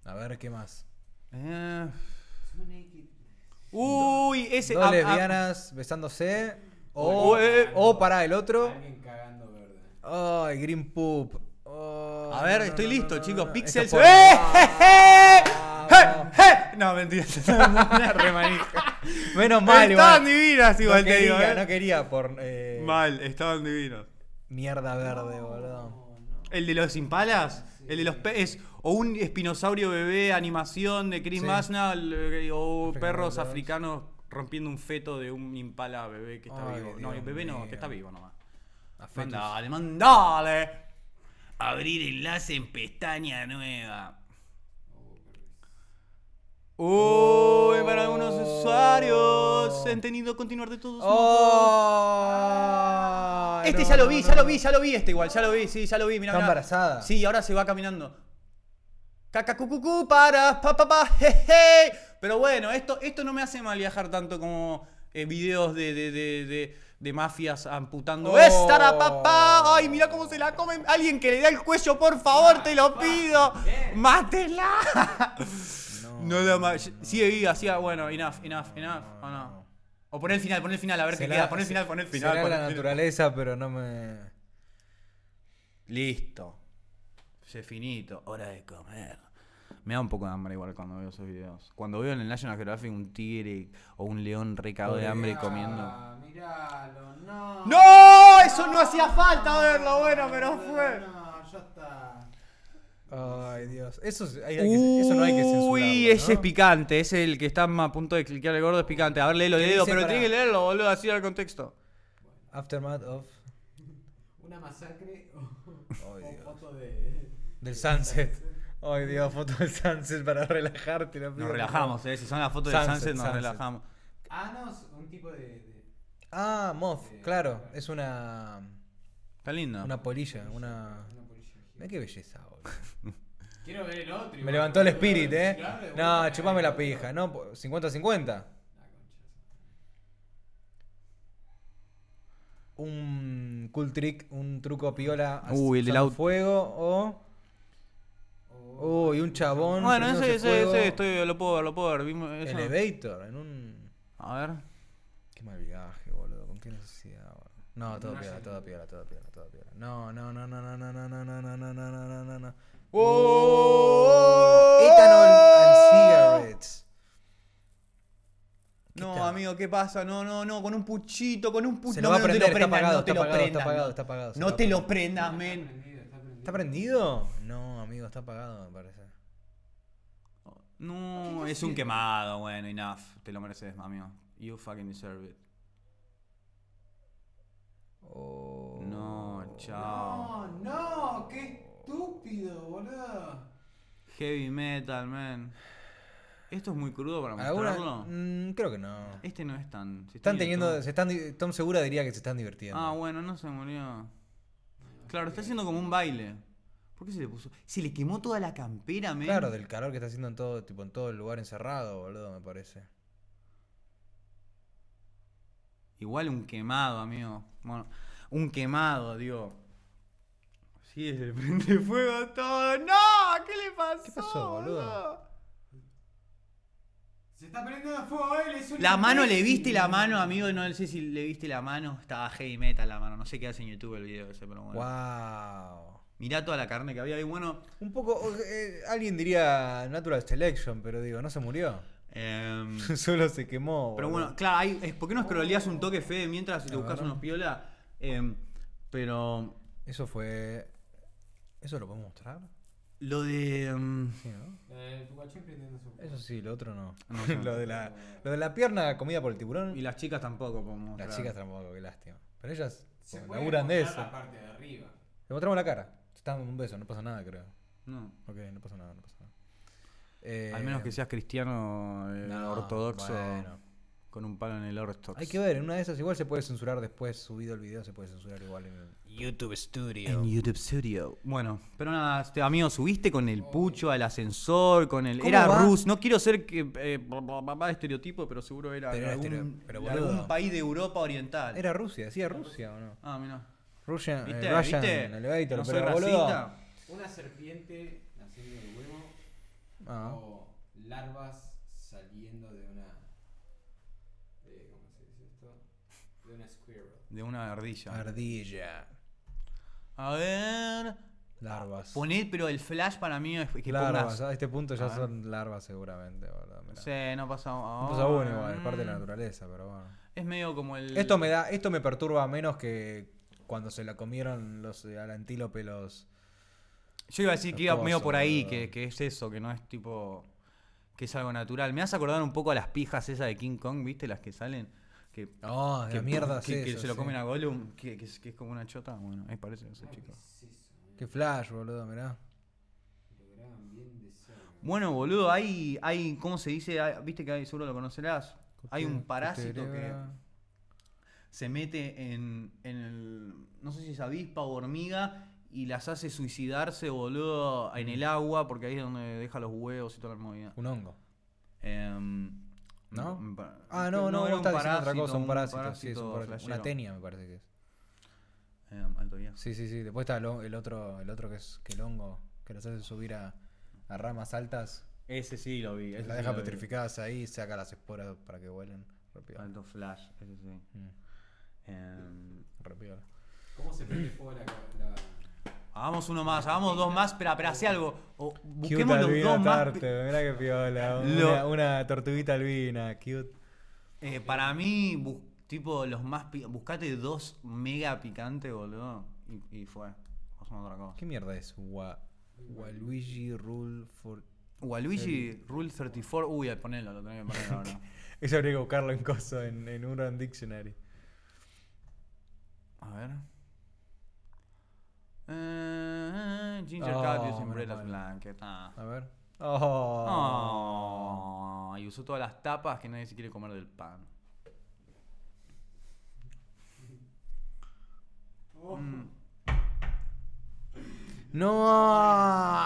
Speaker 1: A ver, ¿qué más?
Speaker 2: Eh,
Speaker 4: Son naked.
Speaker 2: Uy, ese.
Speaker 1: Dos
Speaker 2: ah, ah,
Speaker 1: lesbianas besándose. O,
Speaker 2: Oh, eh,
Speaker 1: o para el otro.
Speaker 4: Alguien cagando verde.
Speaker 1: Ay, Green Poop. Oh,
Speaker 2: A ver,
Speaker 1: no, no,
Speaker 2: estoy
Speaker 1: no,
Speaker 2: listo,
Speaker 1: no,
Speaker 2: chicos.
Speaker 1: no, no.
Speaker 2: Pixel
Speaker 1: Esto
Speaker 2: se-
Speaker 1: es
Speaker 2: ¡Eh!
Speaker 1: porno.
Speaker 2: [laughs] ¡Eh! ¡Eh! No, mentira. [laughs] Una remanija.
Speaker 1: Menos mal,
Speaker 2: Estaban
Speaker 1: igual.
Speaker 2: divinas igual,
Speaker 1: no
Speaker 2: te digo.
Speaker 1: quería,
Speaker 2: eh.
Speaker 1: no quería por eh,
Speaker 2: Mal, estaban divinas.
Speaker 1: mierda verde, boludo.
Speaker 2: ¿El de los impalas? El de los peces. O un espinosaurio bebé, animación de Chris
Speaker 1: Sí.
Speaker 2: Masnall. eh, O
Speaker 1: Perfecto,
Speaker 2: perros
Speaker 1: Dios.
Speaker 2: africanos rompiendo un feto de un impala bebé que está
Speaker 1: Ay,
Speaker 2: vivo. No,
Speaker 1: Dios
Speaker 2: bebé no,
Speaker 1: mío.
Speaker 2: que está vivo nomás.
Speaker 1: A fetus.
Speaker 2: Mandale, mandale. Abrir enlace en pestaña nueva. Uy, para algunos usuarios han tenido continuar de todos modos.
Speaker 1: Oh,
Speaker 2: Este
Speaker 1: no,
Speaker 2: ya lo
Speaker 1: no,
Speaker 2: vi,
Speaker 1: no,
Speaker 2: ya lo
Speaker 1: no.
Speaker 2: vi, ya lo vi, este igual, ya lo vi, sí, ya lo vi, mirá.
Speaker 1: Está
Speaker 2: mirá.
Speaker 1: embarazada.
Speaker 2: Sí, ahora se va caminando. Cacacucucú para pa pa pa jeje. Pero bueno, esto, esto no me hace mal viajar tanto como eh, videos de, de, de, de- de mafias amputando.
Speaker 1: Oh.
Speaker 2: ¡Estará papá! ¡Ay, mira cómo se la comen! Alguien que le da el cuello, por favor, te lo pido. ¡Mátela!
Speaker 1: No,
Speaker 2: No la ma- Sigue viva, sigue. Bueno, enough, enough, enough. O no. O poner el final, poner el final, a ver qué
Speaker 1: Será-
Speaker 2: queda. Poner el final, poner el final.
Speaker 1: será
Speaker 2: poné el
Speaker 1: la
Speaker 2: final.
Speaker 1: naturaleza, pero no me.
Speaker 2: Listo. Se finito. Hora de comer. Me da un poco de hambre igual cuando veo esos videos. Cuando veo en el National Geographic un tigre o un león recado de hambre comiendo.
Speaker 4: Ah, Míralo, no.
Speaker 2: ¡No! Eso no hacía falta verlo, bueno, pero fue.
Speaker 4: No, ya está.
Speaker 1: Ay, Dios. Eso, es- hay- hay que- eso no hay que censurarlo.
Speaker 2: Uy, ese es picante. Es el que está más a punto de cliquear el gordo, es picante. A ver, léelo,
Speaker 1: ¿Qué
Speaker 2: léelo.
Speaker 1: dice
Speaker 2: Pero
Speaker 1: para-
Speaker 2: tiene que leerlo, boludo, así era el contexto.
Speaker 1: Aftermath of.
Speaker 4: Una masacre o,
Speaker 1: Ay,
Speaker 4: o
Speaker 1: Dios.
Speaker 4: foto de.
Speaker 1: Del sunset. Ay, Dios, foto del sunset para relajarte. lo
Speaker 2: Nos
Speaker 1: pido.
Speaker 2: relajamos, eh. Si son las fotos de
Speaker 1: Sunset,
Speaker 2: Sunset, nos
Speaker 1: sunset.
Speaker 2: relajamos.
Speaker 4: Ah, no, es un tipo de. de-
Speaker 1: Ah, moth, claro. Es una.
Speaker 2: Está lindo.
Speaker 1: Una polilla, una.
Speaker 4: una polilla.
Speaker 1: Mirá qué belleza, boludo.
Speaker 4: Quiero ver el otro.
Speaker 1: Me levantó el spirit, eh. No, chupame la pija, ¿no? po- 50-50. Un cool trick, un truco piola. as-
Speaker 2: Uy, el del
Speaker 1: usando
Speaker 2: auto.
Speaker 1: Fuego o. Uy, un chabón.
Speaker 2: Bueno, ese,
Speaker 1: prendiéndose
Speaker 2: ese,
Speaker 1: fuego.
Speaker 2: ese estoy, lo puedo ver, lo puedo ver. Vimos eso.
Speaker 1: Elevator, en un.
Speaker 2: A ver.
Speaker 1: Qué mal viaje, boludo. ¿Con qué necesidad, boludo? No, todo piola, todo piola, todo piola, todo piola. No, no, no, no, no, no, no, no, no, no, no, no, no, no, no, no.
Speaker 2: Oh,
Speaker 1: Oh. Ethanol and cigarettes.
Speaker 2: No,
Speaker 1: tal?
Speaker 2: amigo, ¿qué pasa? No, no, no, con un puchito, con un puchito.
Speaker 1: Se lo va a prender, está apagado,
Speaker 2: no te lo
Speaker 1: está apagado,
Speaker 2: prendas,
Speaker 1: está apagado,
Speaker 2: no.
Speaker 1: está apagado. se
Speaker 2: No
Speaker 1: lo
Speaker 2: te
Speaker 1: va a
Speaker 2: lo prendas, men.
Speaker 1: ¿Está prendido? No, amigo, está apagado, me parece.
Speaker 2: No, es un quemado, bueno, enough. Te lo mereces, amigo. You fucking deserve it.
Speaker 1: Oh.
Speaker 2: No, chao.
Speaker 4: No, no, qué estúpido, boludo.
Speaker 2: Heavy metal, man. Esto es muy crudo para
Speaker 1: ¿Alguna?
Speaker 2: mostrarlo.
Speaker 1: Mm, creo que no.
Speaker 2: Este no es tan. si está
Speaker 1: Están
Speaker 2: en
Speaker 1: teniendo,
Speaker 2: YouTube.
Speaker 1: se están, di- Tom Segura diría que se están divirtiendo.
Speaker 2: Ah, bueno, no se murió. Claro, está haciendo como un baile. ¿Por qué se le puso? Se le quemó toda la campera, men.
Speaker 1: Claro, del calor que está haciendo en todo, tipo, en todo el lugar encerrado, boludo, me parece.
Speaker 2: Igual un quemado, amigo. Bueno, un quemado, digo. Sí, se le [laughs] prende fuego a todo. ¡No! ¿Qué le pasó?
Speaker 1: ¿Qué pasó, boludo?
Speaker 4: Se está prendiendo fuego eh, él, es un
Speaker 2: La mano le
Speaker 4: imbécil.
Speaker 2: viste la mano, amigo. No sé si le viste la mano. Estaba heavy metal la mano. No sé qué hace en YouTube el video ese, pero bueno.
Speaker 1: Wow.
Speaker 2: mirá toda la carne que había. Y bueno,
Speaker 1: Un poco, eh, alguien diría Natural Selection, pero digo, no se murió.
Speaker 2: em,
Speaker 1: [laughs] Solo se quemó.
Speaker 2: pero
Speaker 1: boludo.
Speaker 2: bueno, claro, hay, es, ¿por qué no escroleás un toque fe mientras y te
Speaker 1: La
Speaker 2: buscas
Speaker 1: verdad.
Speaker 2: unos piola? Em, pero
Speaker 1: Eso fue. ¿Eso lo podemos mostrar?
Speaker 2: lo de... em,
Speaker 1: Sí, ¿no?
Speaker 4: Eh, el guachín prendiendo su
Speaker 1: Eso sí, lo otro no. [laughs]
Speaker 2: No, no.
Speaker 1: lo, de la, lo de la pierna comida por el tiburón.
Speaker 2: y las chicas tampoco podemos
Speaker 1: Las
Speaker 2: mostrar.
Speaker 1: chicas tampoco, qué lástima. Pero ellas
Speaker 4: Se
Speaker 1: pues,
Speaker 4: puede
Speaker 1: laburan de
Speaker 4: cortar
Speaker 1: eso.
Speaker 4: la parte de arriba.
Speaker 1: Le mostramos la cara. Estamos un beso, no pasa nada, creo.
Speaker 2: No.
Speaker 1: Ok, no pasa nada, no pasa nada. Eh,
Speaker 2: Al menos que seas cristiano eh,
Speaker 1: no,
Speaker 2: ortodoxo
Speaker 1: bueno.
Speaker 2: con un palo en el ortodoxo.
Speaker 1: Hay que ver, en una de esas igual se puede censurar después, subido el video, se puede censurar igual en el YouTube Studio.
Speaker 2: En YouTube Studio. Bueno, pero nada, este, amigo, subiste con el pucho al ascensor, con el. Era
Speaker 1: ¿Cómo va?
Speaker 2: Rus, no quiero ser que, eh, bla, bla, bla, bla, estereotipo, pero seguro era
Speaker 1: Pero
Speaker 2: de
Speaker 1: era
Speaker 2: algún,
Speaker 1: estereo- pero
Speaker 2: de
Speaker 1: boludo.
Speaker 2: algún país de Europa Oriental.
Speaker 1: Era Rusia, decía Rusia o no.
Speaker 2: Ah, mira.
Speaker 1: Rusia,
Speaker 2: ¿Viste?
Speaker 1: eh, Russian
Speaker 2: ¿Viste?
Speaker 1: Elevator,
Speaker 2: no soy
Speaker 1: pero boludo.
Speaker 2: racista.
Speaker 4: Una serpiente naciendo del huevo
Speaker 1: Ah.
Speaker 2: Oh,
Speaker 4: o larvas saliendo de una. De, ¿Cómo se dice esto? De una squirrel.
Speaker 2: De una ardilla.
Speaker 1: Ardilla.
Speaker 2: A ver.
Speaker 1: Larvas.
Speaker 2: Poné, pero el flash para mí es que
Speaker 1: larvas.
Speaker 2: pongas.
Speaker 1: A este punto
Speaker 2: A
Speaker 1: ya
Speaker 2: ver.
Speaker 1: son larvas seguramente, boludo. mirá.
Speaker 2: No sé, no pasa. Mm,
Speaker 1: No pasa uno igual, es parte de la naturaleza, pero bueno.
Speaker 2: Es medio como el.
Speaker 1: Esto me da, esto me perturba menos que cuando se la comieron los eh, al antílope los.
Speaker 2: Yo iba a decir que iba
Speaker 1: Escoso,
Speaker 2: medio por ahí,
Speaker 1: boludo.
Speaker 2: que, que es eso, que no es tipo. que es algo natural. Me hace acordar un poco a las pijas esas de King Kong, ¿viste? Las que salen. Que,
Speaker 1: Oh,
Speaker 2: que-
Speaker 1: la mierda
Speaker 2: que,
Speaker 1: es
Speaker 2: que
Speaker 1: eso,
Speaker 2: se lo
Speaker 1: sí.
Speaker 2: comen a Gollum, que, que es, que es como una chota. Bueno, ahí parece eso,
Speaker 4: Ah, ¿Qué
Speaker 2: chicos.
Speaker 4: es eso?
Speaker 1: Qué flash, boludo, mirá.
Speaker 4: Lo graban bien de cerca.
Speaker 2: Bueno, boludo, hay. hay ¿Cómo se dice? Hay- Viste que hay, seguro lo conocerás. Hay un
Speaker 1: Cote-
Speaker 2: parásito que
Speaker 1: coterebra.
Speaker 2: se mete en, en el. No sé si es avispa o hormiga. Y las hace suicidarse, boludo, en
Speaker 1: Mm.
Speaker 2: el agua, porque ahí es donde deja los huevos y toda la movida.
Speaker 1: Un hongo.
Speaker 2: Em,
Speaker 1: ¿No?
Speaker 2: un pa-
Speaker 1: Ah, no, no,
Speaker 2: era
Speaker 1: vos
Speaker 2: un
Speaker 1: estás diciendo otra
Speaker 2: parásito,
Speaker 1: cosa, un parásito. sí, es un
Speaker 2: parásito
Speaker 1: parásito. Una
Speaker 2: flashero.
Speaker 1: tenia, me parece que es.
Speaker 2: Em, alto día.
Speaker 1: Sí, sí, sí. Después está el, hon- el otro, el otro que es que el hongo, que los hace subir a, a ramas altas,
Speaker 2: Ese sí lo vi.
Speaker 1: las
Speaker 2: ese sí
Speaker 1: deja
Speaker 2: lo vi.
Speaker 1: petrificadas ahí, saca las esporas para que vuelen. Repiola.
Speaker 2: Alto flash, ese sí.
Speaker 1: Mm,
Speaker 2: Em,
Speaker 1: repiola.
Speaker 4: ¿Cómo se prende fuego la. ca- la...
Speaker 2: hagamos uno más, hagamos dos más, pero, pero hace algo. O busquemos
Speaker 1: Cute
Speaker 2: los
Speaker 1: albina
Speaker 2: dos más.
Speaker 1: tarte, mirá que
Speaker 2: [laughs]
Speaker 1: piola.
Speaker 2: Lo-
Speaker 1: Una, una tortuguita albina, cute.
Speaker 2: Eh, para mí, bu- tipo, los más. pi- Buscate dos mega picantes, boludo. Y, y fue. Hacemos otra cosa.
Speaker 1: ¿Qué mierda es? Wa- Waluigi Rule for.
Speaker 2: Waluigi Rule 34. Uy, ponelo, lo tenés que poner ahora.
Speaker 1: Eso habría que buscarlo en coso, en, en Urban Dictionary.
Speaker 2: A ver. Eh, ginger
Speaker 1: Oh,
Speaker 2: cat using
Speaker 1: menos
Speaker 2: bread as
Speaker 1: mal.
Speaker 2: blanket. Ah.
Speaker 1: A ver. Oh.
Speaker 2: Oh, Y usó todas las tapas que nadie se quiere comer del pan. Mm.
Speaker 1: ¡No!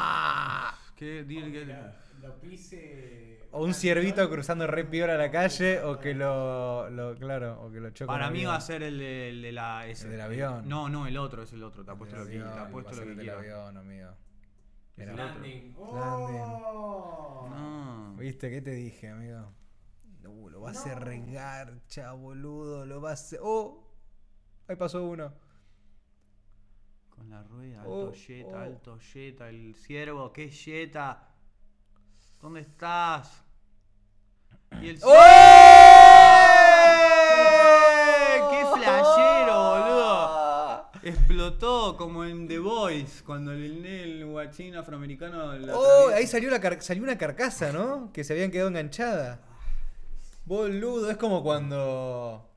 Speaker 2: ¿Qué? Dile que-
Speaker 4: La- Lo pise.
Speaker 1: O un ciervito cruzando re piola la calle, o que lo. lo- claro, o que lo choca.
Speaker 2: Para
Speaker 1: un
Speaker 2: mí
Speaker 1: avión.
Speaker 2: va a ser el de, el de la. ese.
Speaker 1: El del avión.
Speaker 2: No, no, el otro, es el otro. Te
Speaker 1: El
Speaker 2: apuesto
Speaker 1: del
Speaker 2: lo que, te
Speaker 1: avión,
Speaker 2: apuesto
Speaker 1: va a
Speaker 2: lo
Speaker 1: ser
Speaker 2: que
Speaker 1: el del
Speaker 2: quiero.
Speaker 1: avión, amigo.
Speaker 4: El
Speaker 1: Era-
Speaker 4: landing. ¡Oh!
Speaker 1: Landing.
Speaker 2: No.
Speaker 1: ¿Viste? ¿Qué te dije, amigo? Uh, lo vas a regar, cha, boludo. Lo vas a. ¡Oh! Ahí pasó uno.
Speaker 2: Con la rueda,
Speaker 1: Oh,
Speaker 2: alto yeta,
Speaker 1: oh.
Speaker 2: alto yeta, el ciervo, qué yeta. ¿Dónde estás? Y el ciervo.
Speaker 1: ¡Oh!
Speaker 2: ¡Eh! ¡Qué flashero, boludo! Explotó como en The Voice, cuando el, el guachín afroamericano. lo
Speaker 1: ¡Oh!
Speaker 2: atraviesa.
Speaker 1: Ahí salió, la car- salió una carcasa, ¿no? Que se habían quedado enganchada. Boludo, es como cuando.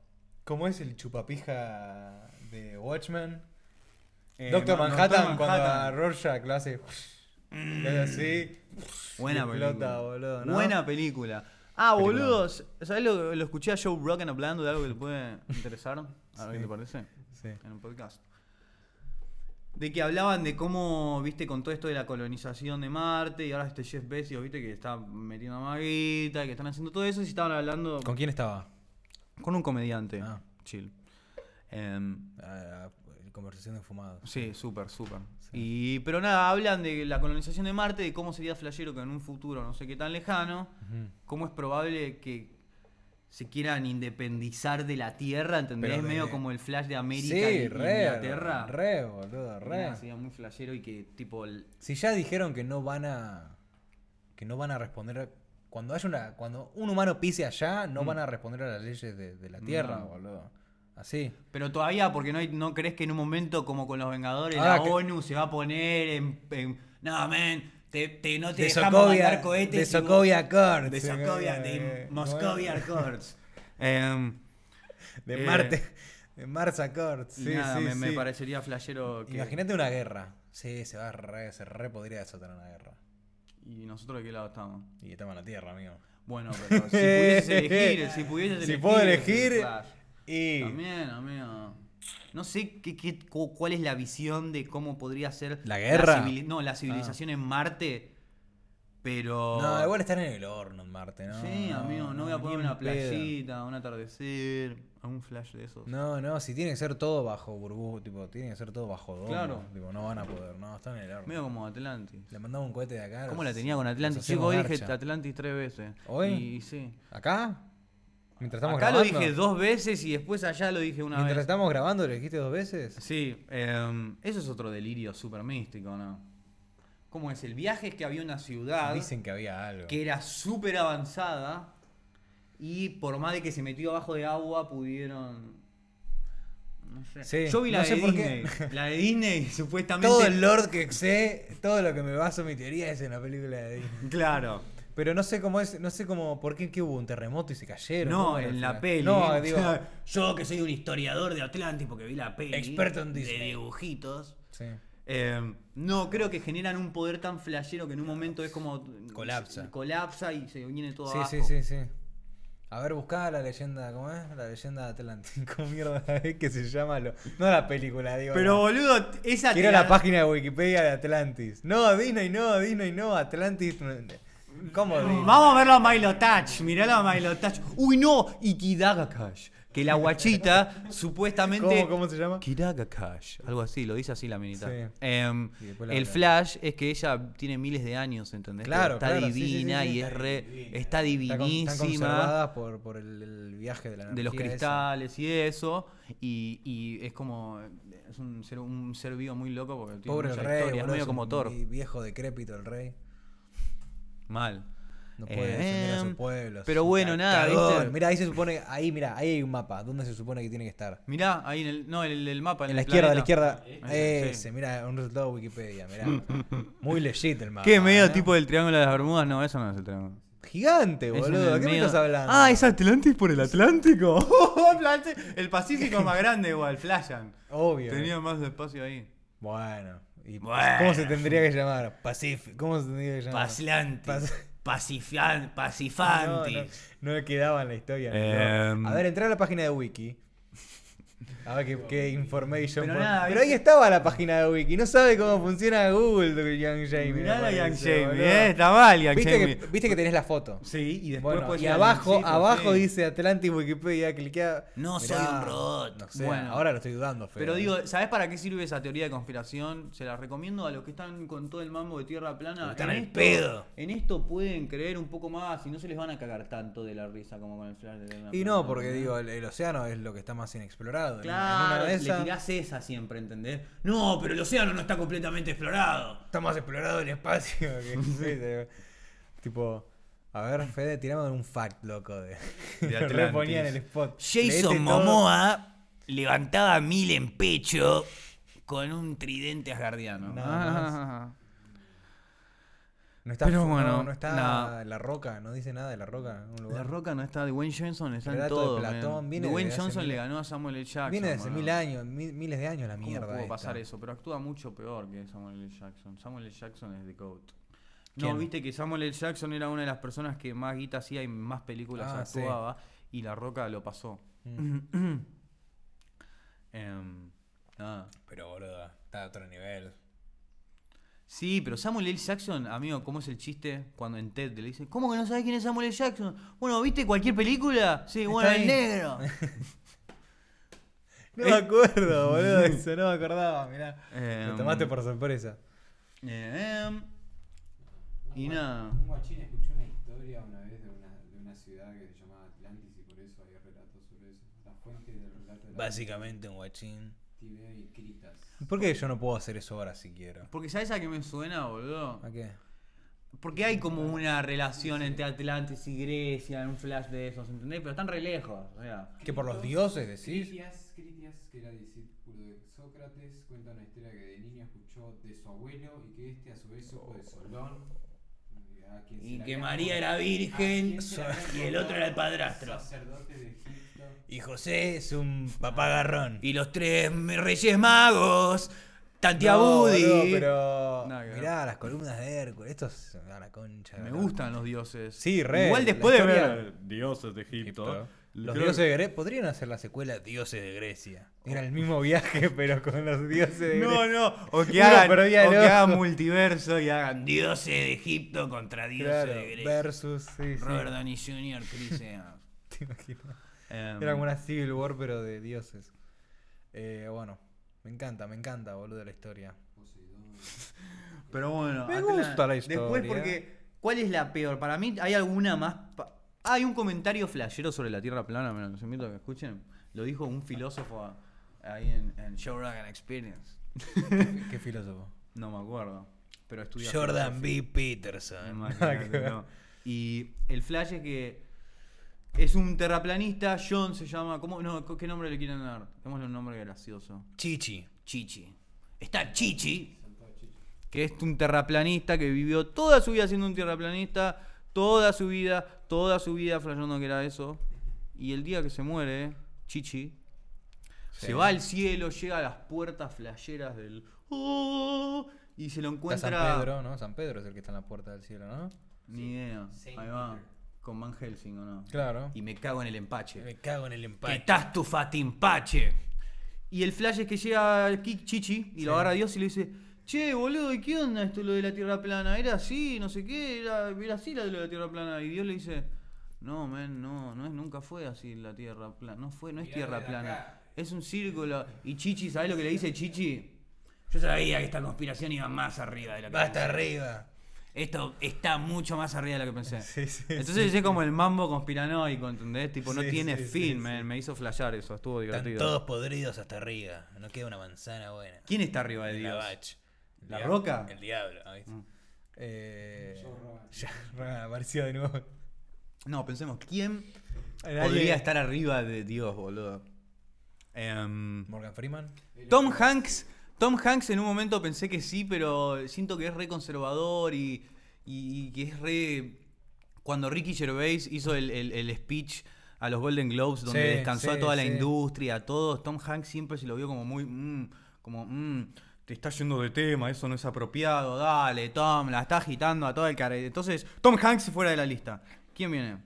Speaker 1: ¿Cómo es el chupapija de Watchmen?
Speaker 2: Eh,
Speaker 1: Doctor,
Speaker 2: Ma-
Speaker 1: Manhattan,
Speaker 2: Manhattan.
Speaker 1: cuando a Rorschach lo hace. le hace así.
Speaker 2: Mm. Buena
Speaker 1: y explota,
Speaker 2: película.
Speaker 1: boludo, ¿no?
Speaker 2: Buena película. Ah,
Speaker 1: Película.
Speaker 2: boludos, ¿sabes lo, lo escuché a Joe Rogan hablando de algo que le puede interesar? A ver qué
Speaker 1: Sí.
Speaker 2: te parece.
Speaker 1: Sí.
Speaker 2: en un podcast. De que hablaban de cómo, viste, con todo esto de la colonización de Marte y ahora este Jeff Bezos, viste, que está metiendo maguita, que están haciendo todo eso y estaban hablando
Speaker 1: ¿Con quién estaba?
Speaker 2: con un comediante.
Speaker 1: Ah.
Speaker 2: Chill. Em,
Speaker 1: Ah, conversación de fumados.
Speaker 2: Sí, súper, súper. Y, pero nada, hablan de la colonización de Marte, de cómo sería flashero que en un futuro no sé qué tan lejano,
Speaker 1: Ujú.
Speaker 2: cómo es probable que, se quieran independizar de la Tierra, ¿entendés?
Speaker 1: Pero de-
Speaker 2: medio como el flash de América y- y
Speaker 1: sí, re.
Speaker 2: Inglaterra.
Speaker 1: Re, boludo, re.
Speaker 2: Una ciudad muy flashero y que tipo el-
Speaker 1: Si ya dijeron que no van a. que no van a responder. Cuando haya una. Cuando un humano pise allá, no van a responder a las leyes de, de la Tierra,
Speaker 2: Mm. No.
Speaker 1: boludo. Así.
Speaker 2: Pero todavía, porque no, hay- no crees que en un momento como con los Vengadores, la
Speaker 1: Ahora Ah, que-
Speaker 2: ONU se va a poner en... en, no, men, te, te- no te
Speaker 1: De
Speaker 2: dejamos
Speaker 1: Sokovia-
Speaker 2: mandar cohetes.
Speaker 1: de
Speaker 2: y vos-
Speaker 1: Sokovia Accords.
Speaker 2: De Sokovia,
Speaker 1: Eh,
Speaker 2: de
Speaker 1: ¿cómo es?
Speaker 2: Moscovia
Speaker 1: [laughs]
Speaker 2: Accords. Em,
Speaker 1: De
Speaker 2: Eh.
Speaker 1: Marte. De Mars Accords.
Speaker 2: y
Speaker 1: Sí,
Speaker 2: nada,
Speaker 1: sí,
Speaker 2: me, me
Speaker 1: sí.
Speaker 2: parecería flashero que...
Speaker 1: Imagínate una guerra. Sí, se va re, se re podría desatar una guerra.
Speaker 2: ¿Y nosotros de qué lado estamos?
Speaker 1: Y estamos en la Tierra, amigo.
Speaker 2: Bueno, pero si pudieses
Speaker 1: [laughs]
Speaker 2: elegir, si pudieses
Speaker 1: Si
Speaker 2: elegir...
Speaker 1: puedo elegir,
Speaker 2: el Flash.
Speaker 1: Y.
Speaker 2: También, amigo. No sé qué, qué- cu- cuál es la visión de cómo podría ser
Speaker 1: ¿La guerra? Ah.
Speaker 2: civili- no, la civilización en Marte, pero...
Speaker 1: No, igual estar en el horno en Marte, ¿no?
Speaker 2: sí, amigo, no voy a
Speaker 1: ni
Speaker 2: poner
Speaker 1: en
Speaker 2: una
Speaker 1: pedo.
Speaker 2: playita, un atardecer, algún flash de esos.
Speaker 1: No, no, si tiene que ser todo bajo burbuja, tipo, tiene que ser todo bajo domo.
Speaker 2: Claro.
Speaker 1: Tipo, no van a poder, no, están en el horno.
Speaker 2: Medio como Atlantis.
Speaker 1: Le mandamos un cohete de acá.
Speaker 2: ¿Cómo
Speaker 1: los-
Speaker 2: la tenía con
Speaker 1: los
Speaker 2: Atlantis?
Speaker 1: hacemos
Speaker 2: Chico, hoy dije
Speaker 1: garcha.
Speaker 2: Atlantis tres veces.
Speaker 1: ¿Hoy?
Speaker 2: Y, y sí.
Speaker 1: ¿Acá? Mientras estamos
Speaker 2: Acá
Speaker 1: grabando.
Speaker 2: lo dije dos veces y después allá lo dije una
Speaker 1: Mientras
Speaker 2: vez.
Speaker 1: estamos grabando, ¿lo dijiste dos veces?
Speaker 2: Sí, em, eso es otro delirio súper místico, ¿no? ¿Cómo es? El viaje es que había una ciudad
Speaker 1: Dicen que había algo.
Speaker 2: que era súper avanzada y por más de que se metió abajo de agua pudieron... No sé.
Speaker 1: Sí,
Speaker 2: Yo vi la
Speaker 1: no sé
Speaker 2: de
Speaker 1: por
Speaker 2: Disney.
Speaker 1: qué.
Speaker 2: La de Disney [laughs] supuestamente...
Speaker 1: Todo el Lord que sé, todo lo que me baso mi teoría es en la película de Disney.
Speaker 2: Claro.
Speaker 1: Pero no sé cómo es, no sé cómo, por qué que hubo un terremoto y se cayeron.
Speaker 2: No,
Speaker 1: ¿Cómo era
Speaker 2: en
Speaker 1: el
Speaker 2: la
Speaker 1: final?
Speaker 2: peli. [laughs]
Speaker 1: No, digo.
Speaker 2: Yo que soy un historiador de Atlantis porque vi la peli.
Speaker 1: Experto en
Speaker 2: De
Speaker 1: Disney.
Speaker 2: dibujitos.
Speaker 1: sí.
Speaker 2: Eh, no, creo que generan un poder tan flashero que en un momento es como. mm,
Speaker 1: Colapsa.
Speaker 2: Colapsa y se viene todo
Speaker 1: Sí,
Speaker 2: abajo.
Speaker 1: sí, sí, sí. A ver, buscá la leyenda, ¿cómo es? La leyenda de Atlantis. [laughs] ¿Cómo mierda es que se llama? Lo... No la película, digo.
Speaker 2: Pero
Speaker 1: la-
Speaker 2: boludo, esa
Speaker 1: Quiero
Speaker 2: te
Speaker 1: la página de Wikipedia de Atlantis. No, Disney no, Disney no, Atlantis. no- ¿Cómo Disney?
Speaker 2: Vamos a verlo a Milo Touch, miralo a Milo Touch. Uy no, y Kidagakash. Que la
Speaker 1: [laughs]
Speaker 2: guachita supuestamente.
Speaker 1: ¿Cómo, cómo se llama?
Speaker 2: Kidagakash, algo así, lo dice así la militar.
Speaker 1: Sí.
Speaker 2: Em,
Speaker 1: Y después la
Speaker 2: el
Speaker 1: otra.
Speaker 2: flash es que ella tiene miles de años, ¿entendés? Pero
Speaker 1: Claro,
Speaker 2: está
Speaker 1: claro, sí, sí, sí,
Speaker 2: divina
Speaker 1: sí.
Speaker 2: y es re, está
Speaker 1: Está con-
Speaker 2: divinísima.
Speaker 1: Están conservadas por, por el, el viaje de la
Speaker 2: de los
Speaker 1: energía esa.
Speaker 2: cristales y eso. Y, y es como. Es un ser, un ser vivo muy loco porque tiene
Speaker 1: Pobre el
Speaker 2: mucha
Speaker 1: rey,
Speaker 2: historia. Es
Speaker 1: boludo,
Speaker 2: medio
Speaker 1: es
Speaker 2: como
Speaker 1: un
Speaker 2: Thor.
Speaker 1: vi- Viejo decrépito el rey.
Speaker 2: Mal.
Speaker 1: No puede defender a su Em, pueblo.
Speaker 2: Pero bueno, nada, ¿viste?
Speaker 1: Mira, ahí se supone, ahí mira, ahí hay un mapa, donde se supone que tiene que estar.
Speaker 2: Mirá, ahí en el. No, en el, el mapa. En,
Speaker 1: En la
Speaker 2: el
Speaker 1: izquierda, a la
Speaker 2: planeta.
Speaker 1: izquierda.
Speaker 2: Ahí, sí.
Speaker 1: Ese, mira, un resultado de Wikipedia, mirá.
Speaker 2: [laughs]
Speaker 1: Muy legit el mapa.
Speaker 2: ¿Qué? ¿Medio
Speaker 1: ¿eh?
Speaker 2: tipo del Triángulo de las Bermudas? No, eso no es el Triángulo.
Speaker 1: Gigante,
Speaker 2: Es en
Speaker 1: Eh, boludo.
Speaker 2: el
Speaker 1: ¿Qué me
Speaker 2: medio-
Speaker 1: estás hablando?
Speaker 2: Ah, es Atlantis por el [laughs] Atlántico. el Pacífico es más grande igual, flashan.
Speaker 1: Obvio.
Speaker 2: Tenía más espacio ahí.
Speaker 1: Bueno. y
Speaker 2: Bueno.
Speaker 1: ¿Cómo se tendría que llamar? Pacific. ¿Cómo se tendría que llamar?
Speaker 2: Paslantis.
Speaker 1: Pas-
Speaker 2: Pacifian,
Speaker 1: No, no,
Speaker 2: Pacifantis.
Speaker 1: no me quedaba en la historia. no.
Speaker 3: Em.
Speaker 1: A ver, entra a la página de Wiki. A ver qué, qué information.
Speaker 2: Pero
Speaker 1: pon-
Speaker 2: nada,
Speaker 1: Pero
Speaker 2: ¿viste?
Speaker 1: ahí estaba la página de Wiki. No sabe cómo funciona Google, Young Jamie. me
Speaker 2: Mirá la Young
Speaker 1: parece,
Speaker 2: Jamie,
Speaker 1: boludo.
Speaker 2: eh, está mal Young
Speaker 1: ¿Viste,
Speaker 2: Jamie.
Speaker 1: que, viste que tenés la foto.
Speaker 2: Sí, y después
Speaker 1: Bueno,
Speaker 2: puedes
Speaker 1: y
Speaker 2: ir al
Speaker 1: abajo,
Speaker 2: link, sí, pues
Speaker 1: abajo
Speaker 2: sí.
Speaker 1: dice Atlantic Wikipedia, cliquea.
Speaker 2: No soy un robot.
Speaker 1: No sé,
Speaker 2: Bueno.
Speaker 1: ahora lo estoy dudando, Fede.
Speaker 2: Pero digo, ¿sabés para qué sirve esa teoría de conspiración? Se la recomiendo a los que están con todo el mambo de tierra plana.
Speaker 1: Están al
Speaker 2: esto-
Speaker 1: pedo.
Speaker 2: En este esto pueden creer un poco más y no se les van a cagar tanto de la risa como con el flash de Tierra
Speaker 1: Y
Speaker 2: Plana,
Speaker 1: no, porque
Speaker 2: ¿entendés?
Speaker 1: digo, el, el océano es lo que está más inexplorado. En- en una
Speaker 2: Claro,
Speaker 1: de
Speaker 2: le
Speaker 1: esas,
Speaker 2: tirás esa siempre, ¿entendés? No, pero el océano no está completamente explorado.
Speaker 1: Está más explorado el espacio. que-
Speaker 2: [laughs]
Speaker 1: sí, te- tipo, a ver, Fede, tirame un fact, loco. [laughs] De,
Speaker 2: Atlantis.
Speaker 1: le ponía en el spot. Leete todo.
Speaker 5: Jason Momoa levantaba a mil en pecho con un tridente asgardiano.
Speaker 1: Nada más. No está,
Speaker 2: Pero
Speaker 1: no,
Speaker 2: bueno,
Speaker 1: no está
Speaker 2: nada.
Speaker 1: La Roca, no dice nada de La Roca. en un lugar.
Speaker 2: La Roca no está, Dwayne Johnson está en
Speaker 1: Relato de
Speaker 2: todo.
Speaker 1: Platón,
Speaker 2: man.
Speaker 1: viene
Speaker 2: Dwayne
Speaker 1: desde hace
Speaker 2: Johnson
Speaker 1: mil-
Speaker 2: le ganó a Samuel L. Jackson.
Speaker 1: Viene desde
Speaker 2: boludo.
Speaker 1: mil años, mil- miles de años la
Speaker 2: ¿Cómo
Speaker 1: mierda.
Speaker 2: pudo
Speaker 1: esta.
Speaker 2: pasar eso? Pero actúa mucho peor que Samuel L. Jackson. Samuel L. Jackson es de GOAT. No,
Speaker 1: ¿Quién?
Speaker 2: viste que Samuel L. Jackson era una de las personas que más guita hacía y más películas
Speaker 1: Ah, sí. Mm.
Speaker 2: actuaba. Y La Roca lo pasó. [clears throat] Em, nada.
Speaker 1: Pero boludo, está a otro nivel.
Speaker 2: Sí, pero Samuel L. Jackson, amigo, ¿cómo es el chiste cuando en TED le dicen, ¿cómo que no sabes quién es Samuel L. Jackson? Bueno, ¿viste cualquier película? Sí, bueno,
Speaker 1: ahí.
Speaker 2: el
Speaker 1: [laughs]
Speaker 2: negro.
Speaker 1: No me
Speaker 2: [laughs]
Speaker 1: acuerdo, boludo, de eso, no me acordaba, mirá.
Speaker 2: Em,
Speaker 1: Lo tomaste por sorpresa.
Speaker 2: em,
Speaker 4: Un
Speaker 2: Y
Speaker 4: gua-
Speaker 2: nada.
Speaker 4: Un guachín escuchó una historia una vez de una, de una una ciudad que se llama Atlantis y por eso hay relatos sobre eso. La fuente del relato de la
Speaker 1: Básicamente un guachín.
Speaker 4: Tibeo y Critas.
Speaker 1: ¿Por qué yo no puedo hacer eso ahora si quiero?
Speaker 2: Porque ¿sabes a qué me suena, boludo?
Speaker 1: ¿A qué?
Speaker 2: Porque hay como una relación entre Atlantis y Grecia en un flash de esos, ¿entendés? Pero están re lejos, o sea.
Speaker 1: ¿Que por los
Speaker 4: Critos,
Speaker 1: dioses decís?
Speaker 4: Critias, Critias, que era discípulo de Sócrates, cuenta una historia que de niño escuchó de su abuelo y que este a su vez supo de Solón. eh, a quien se
Speaker 5: Y
Speaker 4: la
Speaker 5: que
Speaker 4: había
Speaker 5: María era
Speaker 4: contado- a quien
Speaker 5: virgen
Speaker 4: se la
Speaker 2: [laughs]
Speaker 4: había
Speaker 5: y el
Speaker 4: contado
Speaker 5: otro era el padrastro.
Speaker 4: Sacerdote de Egipto.
Speaker 1: Y José es un papagarrón.
Speaker 5: Y los tres reyes magos, Tantiabudi.
Speaker 1: No, boludo, pero.
Speaker 2: Nada que ver.
Speaker 1: Mirá, las columnas de Hércules. Estos son a la concha.
Speaker 2: Me
Speaker 1: ¿verdad?
Speaker 2: gustan los dioses.
Speaker 1: Sí, re.
Speaker 2: Igual
Speaker 1: la
Speaker 2: después de
Speaker 1: historia-
Speaker 2: ver.
Speaker 3: Dioses de Egipto.
Speaker 1: Egipto. Los
Speaker 3: Creo-
Speaker 1: dioses de Grecia. Podrían hacer la secuela Dioses de Grecia. Era el mismo viaje, pero con los dioses de Grecia.
Speaker 2: Oh. [laughs] No, no.
Speaker 1: [laughs]
Speaker 2: O que
Speaker 1: Uno
Speaker 2: hagan,
Speaker 1: perdía el
Speaker 2: o que
Speaker 1: ojo.
Speaker 2: hagan multiverso y hagan.
Speaker 5: Dioses de Egipto contra dioses
Speaker 1: Claro,
Speaker 5: de Grecia.
Speaker 1: versus. Sí, sí.
Speaker 5: Robert Downey Jr., Chris Evans.
Speaker 1: [laughs] Te imaginas.
Speaker 2: em,
Speaker 1: Era como una Civil War, pero de dioses. Eh, bueno, me encanta, me encanta, boludo, la historia.
Speaker 2: Pero bueno.
Speaker 1: Me
Speaker 2: Atlan-
Speaker 1: gusta la
Speaker 2: Después
Speaker 1: historia.
Speaker 2: porque. ¿Cuál es la peor? Para mí hay alguna más. pa- Hay un comentario flashero sobre la Tierra plana, me los invito a que escuchen. Lo dijo un filósofo a- ahí en, en Joe Rogan Experience.
Speaker 1: ¿Qué, qué filósofo?
Speaker 2: No me acuerdo. Pero estudia
Speaker 1: Jordan
Speaker 2: filosofía.
Speaker 1: B. [laughs] Peterson.
Speaker 2: Imagínate, no. Y el flash es que es un terraplanista, John se llama. ¿cómo? No, ¿Qué nombre le quieren dar? Démosle un nombre gracioso.
Speaker 1: Chichi.
Speaker 5: Chichi. Está Chichi.
Speaker 2: que es un terraplanista que vivió toda su vida siendo un terraplanista, toda su vida, toda su vida flasheando que era eso. Y el día que se muere, Chichi,
Speaker 1: Sí.
Speaker 2: se va al cielo, llega a las puertas flasheras del... ¡Oh! Y se lo
Speaker 1: Está
Speaker 2: encuentra...
Speaker 1: San Pedro, ¿no? San Pedro es el que está en la puerta del cielo, ¿no?
Speaker 2: Ni idea.
Speaker 4: Saint
Speaker 2: Ahí va.
Speaker 4: Peter.
Speaker 2: Con Van Helsing o no.
Speaker 1: Claro.
Speaker 2: Y me cago en el empache.
Speaker 1: Me cago en el
Speaker 5: Que
Speaker 1: empate.
Speaker 5: estás tu fatimpache.
Speaker 2: Y el flash es que llega aquí Chichi y lo agarra a Dios y le dice, che, boludo, ¿y qué onda esto lo de la Tierra plana? Era así, no sé qué, era, era así la de lo de la Tierra plana. Y Dios le dice, no, men, no, no es, nunca fue así la Tierra plana, no fue, no es
Speaker 4: Mirá
Speaker 2: Tierra
Speaker 4: de
Speaker 2: plana,
Speaker 4: acá.
Speaker 2: es un círculo. Y Chichi, ¿sabes lo que le dice Chichi?
Speaker 5: Yo sabía que esta conspiración iba más arriba de lo que
Speaker 1: Basta
Speaker 5: pensé.
Speaker 1: arriba.
Speaker 5: Esto está mucho más arriba de lo que pensé.
Speaker 1: Sí, sí,
Speaker 2: Entonces es como el mambo conspiranoico, ¿entendés? Tipo, no
Speaker 1: Sí,
Speaker 2: tiene
Speaker 1: sí, sí,
Speaker 2: fin,
Speaker 1: sí.
Speaker 2: man, me hizo flashear eso, estuvo
Speaker 1: Están
Speaker 2: divertido.
Speaker 1: todos podridos hasta arriba. No queda una manzana buena.
Speaker 2: ¿Quién está arriba de
Speaker 1: La
Speaker 2: Dios? Mm.
Speaker 1: Bach. El
Speaker 2: ¿La
Speaker 1: diablo-
Speaker 2: Roca?
Speaker 1: El diablo. ahí está. Eh,
Speaker 4: Joe Rogan.
Speaker 1: ya, [laughs] Rogan apareció de nuevo.
Speaker 2: No, pensemos, ¿quién
Speaker 1: Alguien-
Speaker 2: podría estar arriba de Dios, boludo? Em,
Speaker 1: Morgan Freeman.
Speaker 4: El
Speaker 2: Tom
Speaker 4: otro-
Speaker 2: Hanks, Tom Hanks en un momento pensé que sí, pero siento que es re conservador y, y- y que es re... Cuando Ricky Gervais hizo el, el- el speech a los Golden Globes donde
Speaker 1: Sí,
Speaker 2: descansó
Speaker 1: sí,
Speaker 2: a toda la
Speaker 1: sí.
Speaker 2: industria, a todos, Tom Hanks siempre se lo vio como muy... mm, como... mm,
Speaker 3: Te está yendo de tema, eso no es apropiado.
Speaker 2: apropiado, dale, Tom, la está agitando a todo el cara. Entonces, Tom Hanks fuera de la lista. ¿Quién viene?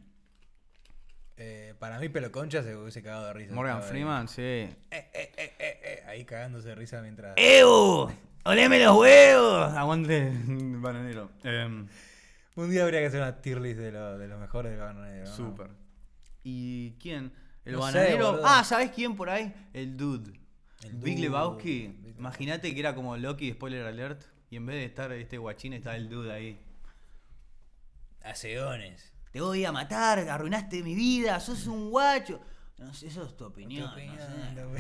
Speaker 1: Eh, para mí, Pelo Concha se hubiese cagado de risa.
Speaker 2: Morgan
Speaker 1: Estaba ahí.
Speaker 2: Freeman, sí.
Speaker 1: Eh, eh, eh, eh, eh, ahí cagándose de risa mientras.
Speaker 5: ¡Ew! ¡Oleme los huevos!
Speaker 2: Aguante, [laughs] bananero.
Speaker 3: Em,
Speaker 1: Un día habría que hacer una tier list de, lo- de los mejores del bananero. ¿no?
Speaker 2: Súper. ¿Y quién? El
Speaker 1: No sé,
Speaker 2: bananero.
Speaker 1: boludo.
Speaker 2: ah, ¿sabes quién por ahí? El dude.
Speaker 1: El
Speaker 2: Big
Speaker 1: dude,
Speaker 2: Lebowski.
Speaker 1: Big Lebowski.
Speaker 2: Imagínate que era como Loki, spoiler alert. Y en vez de estar este guachín, está el dude ahí.
Speaker 1: Hacedones.
Speaker 5: Te voy a matar, arruinaste mi vida, sos un guacho. No sé, eso es tu opinión. no
Speaker 1: Otra opinión,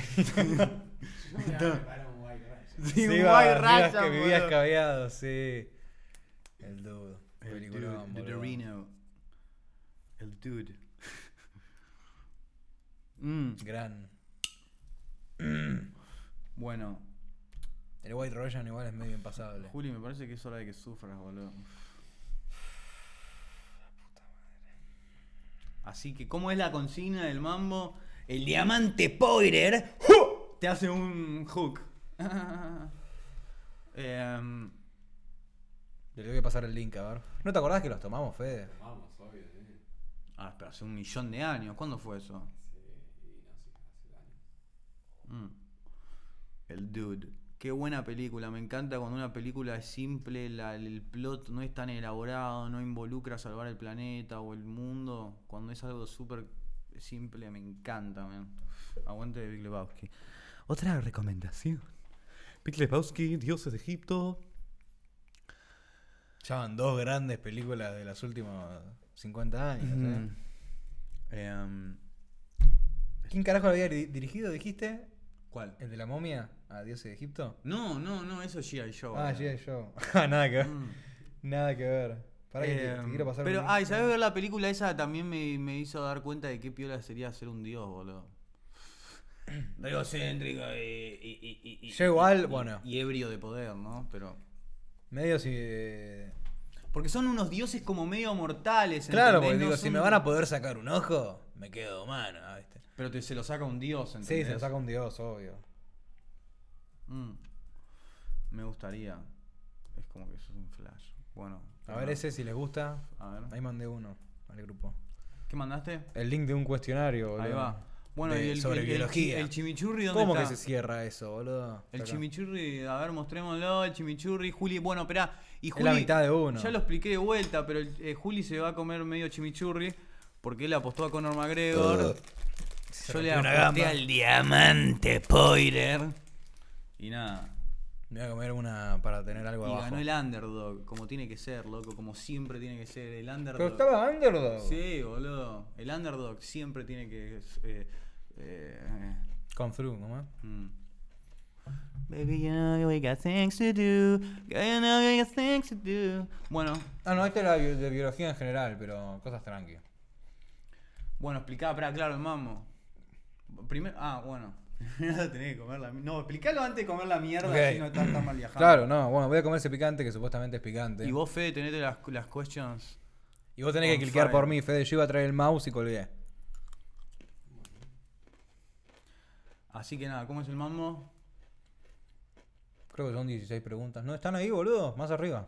Speaker 1: [laughs]
Speaker 5: sé.
Speaker 1: la opinión.
Speaker 4: Yo me voy a preparar un white rush.
Speaker 2: un
Speaker 1: Sí, va,
Speaker 2: white
Speaker 1: vivías
Speaker 2: Russian,
Speaker 1: que vivías
Speaker 2: boludo.
Speaker 1: cabeado, sí. El dude.
Speaker 2: El
Speaker 1: Peliculón,
Speaker 2: dude, de
Speaker 1: boludo.
Speaker 2: Reno. El dude. [laughs] Mm,
Speaker 1: Gran.
Speaker 2: bueno,
Speaker 1: El White Russian igual es medio impasable.
Speaker 2: Juli, me parece que es hora de que sufras, boludo. Así que, ¿cómo es la consigna del mambo?
Speaker 5: El diamante Poirer.
Speaker 2: te hace un hook. [laughs] Em,
Speaker 1: Le tengo que pasar el link, a ver. ¿No te acordás que los tomamos, Fede?
Speaker 4: Vamos, obvio, eh.
Speaker 2: ah, pero hace un millón de años. ¿Cuándo fue eso?
Speaker 4: Sí, y no sé, hace años.
Speaker 2: Mm. El Dude. Qué buena película. Me encanta cuando una película es simple, la- el plot no es tan elaborado, no involucra salvar el planeta o el mundo. Cuando es algo súper simple, me encanta, man. Aguante de Big Lebowski. Otra recomendación.
Speaker 3: Big Lebowski, dioses de Egipto.
Speaker 1: Ya van dos grandes películas de los últimos 50 años, ¿eh?
Speaker 2: Em,
Speaker 1: ¿Quién carajo lo había di- dirigido, dijiste?
Speaker 2: ¿Cuál?
Speaker 1: ¿El de la momia? ¿A Dioses de Egipto?
Speaker 2: No, no, no, eso es G.I. Joe.
Speaker 1: ah,
Speaker 2: boludo.
Speaker 1: G.I. Joe. [laughs] Ah, nada que ver.
Speaker 2: eh. Mm.
Speaker 1: Nada que ver. Para que te- te,
Speaker 2: Em,
Speaker 1: quiero pasar
Speaker 2: Pero,
Speaker 1: un-
Speaker 2: ay, ¿sabes ver la película esa? También me, me hizo dar cuenta de qué piola sería ser un dios,
Speaker 1: [clears throat]
Speaker 2: boludo.
Speaker 5: Egocéntrica y, y, y, y-
Speaker 1: Yo igual, bueno,
Speaker 2: Y ebrio de poder, ¿no? Pero.
Speaker 1: medio si... eh,
Speaker 2: Porque son unos dioses como medio mortales.
Speaker 1: Claro,
Speaker 2: ¿entendés?
Speaker 1: porque
Speaker 2: No
Speaker 1: digo, si
Speaker 2: son-
Speaker 1: me van a poder sacar un ojo, me quedo humano, ah, ¿viste?
Speaker 2: Pero te, se lo saca un dios, ¿entendés?
Speaker 1: Sí, se lo saca un dios, obvio.
Speaker 2: Mm. Me gustaría. Es como que eso es un flash. Bueno.
Speaker 1: A ver
Speaker 2: no.
Speaker 1: ese, si les gusta,
Speaker 2: A ver.
Speaker 1: ahí mandé uno al grupo.
Speaker 2: ¿Qué mandaste?
Speaker 1: El link de un cuestionario, boludo.
Speaker 2: Ahí va. Bueno,
Speaker 1: De-
Speaker 2: y el,
Speaker 1: sobre
Speaker 2: el- el
Speaker 1: biología.
Speaker 2: chi- el chimichurri, ¿dónde
Speaker 1: ¿Cómo
Speaker 2: está?
Speaker 1: que se cierra eso, boludo?
Speaker 2: El
Speaker 1: Acá.
Speaker 2: chimichurri, a ver, mostrémoslo, el chimichurri, Juli, bueno, esperá, y
Speaker 1: Es
Speaker 2: Juli,
Speaker 1: la mitad de uno.
Speaker 2: ya lo expliqué de vuelta, pero el- eh, Juli se va a comer medio chimichurri, porque él apostó a Conor McGregor,
Speaker 1: Se
Speaker 2: yo le
Speaker 1: rompió una
Speaker 2: aposté
Speaker 1: gamba.
Speaker 2: al diamante spoiler, y nada,
Speaker 1: Me voy a comer una para tener algo
Speaker 2: y
Speaker 1: abajo.
Speaker 2: ganó el underdog, como tiene que ser, loco, como siempre tiene que ser, el underdog.
Speaker 1: Pero estaba underdog.
Speaker 2: Sí, boludo, el underdog siempre tiene que... eh, eh,
Speaker 1: Con through, ¿no?
Speaker 2: Mm. Baby, you know we got things to do. Girl, you know we got things to do. Bueno,
Speaker 1: Ah, no, este era bio- de biología en general, pero cosas tranqui.
Speaker 2: bueno, explicá, pará, claro, el mambo. Primero, ah, bueno. [laughs] Primero tenés que comer la mi- No, explicalo antes de comer la mierda,
Speaker 1: Ok.
Speaker 2: así no estás tan mal viajado.
Speaker 1: Claro, no, bueno, voy a comer ese picante que supuestamente es picante.
Speaker 2: Y vos, Fede, tenés las, las questions.
Speaker 1: Y vos tenés que
Speaker 2: On
Speaker 1: cliquear
Speaker 2: fire.
Speaker 1: por mí, Fede. Yo iba a traer el mouse y colgué.
Speaker 2: Así que nada, ¿cómo es el mambo?
Speaker 1: Creo que son 16 preguntas. ¿No están ahí, boludo? Más arriba.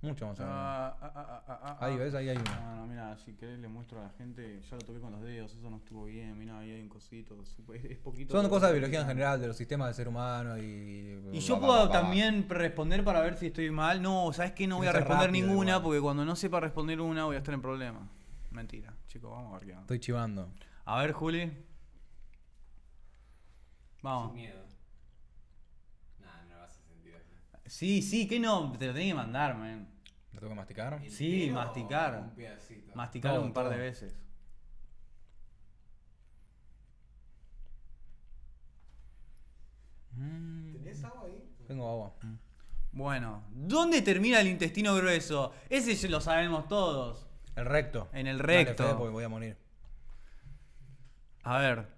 Speaker 1: Mucho más arriba.
Speaker 2: Ah, ah, ah, ah, ah, ah.
Speaker 1: ahí, ¿ves? Ahí hay una.
Speaker 2: Ah, no, mira, si querés le muestro a la gente. Ya lo toqué con los dedos, eso no estuvo bien. Mira, ahí hay un cosito. supe- Es, es poquito.
Speaker 1: Son
Speaker 2: pero-
Speaker 1: cosas de biología en general, de los sistemas del ser humano y...
Speaker 2: Y yo puedo también responder para ver si estoy mal. No, ¿sabes qué? No voy a
Speaker 1: Tiene que ser
Speaker 2: responder
Speaker 1: rápido
Speaker 2: ninguna
Speaker 1: igual.
Speaker 2: porque cuando no sepa responder una voy a estar en problemas. Mentira, chicos, vamos a ver qué onda.
Speaker 1: Estoy chivando.
Speaker 2: A ver, Juli.
Speaker 4: Sin
Speaker 2: Vamos.
Speaker 4: miedo. Nah, no lo vas a sentir así.
Speaker 2: Sí, sí, que no, te lo tenés que mandar, man.
Speaker 1: ¿Lo tengo que masticar?
Speaker 2: Sí,
Speaker 4: ¿Entero
Speaker 2: masticar.
Speaker 4: o Un pedacito.
Speaker 2: Masticalo
Speaker 1: Todo,
Speaker 2: un par de
Speaker 1: todo.
Speaker 2: veces.
Speaker 4: ¿Tenés agua ahí?
Speaker 1: Tengo agua.
Speaker 2: Bueno, ¿dónde termina el intestino grueso? Ese ya lo sabemos todos.
Speaker 1: El recto.
Speaker 2: En el
Speaker 1: Dale,
Speaker 2: recto.
Speaker 1: Fede, porque voy a morir. [coughs]
Speaker 2: A ver,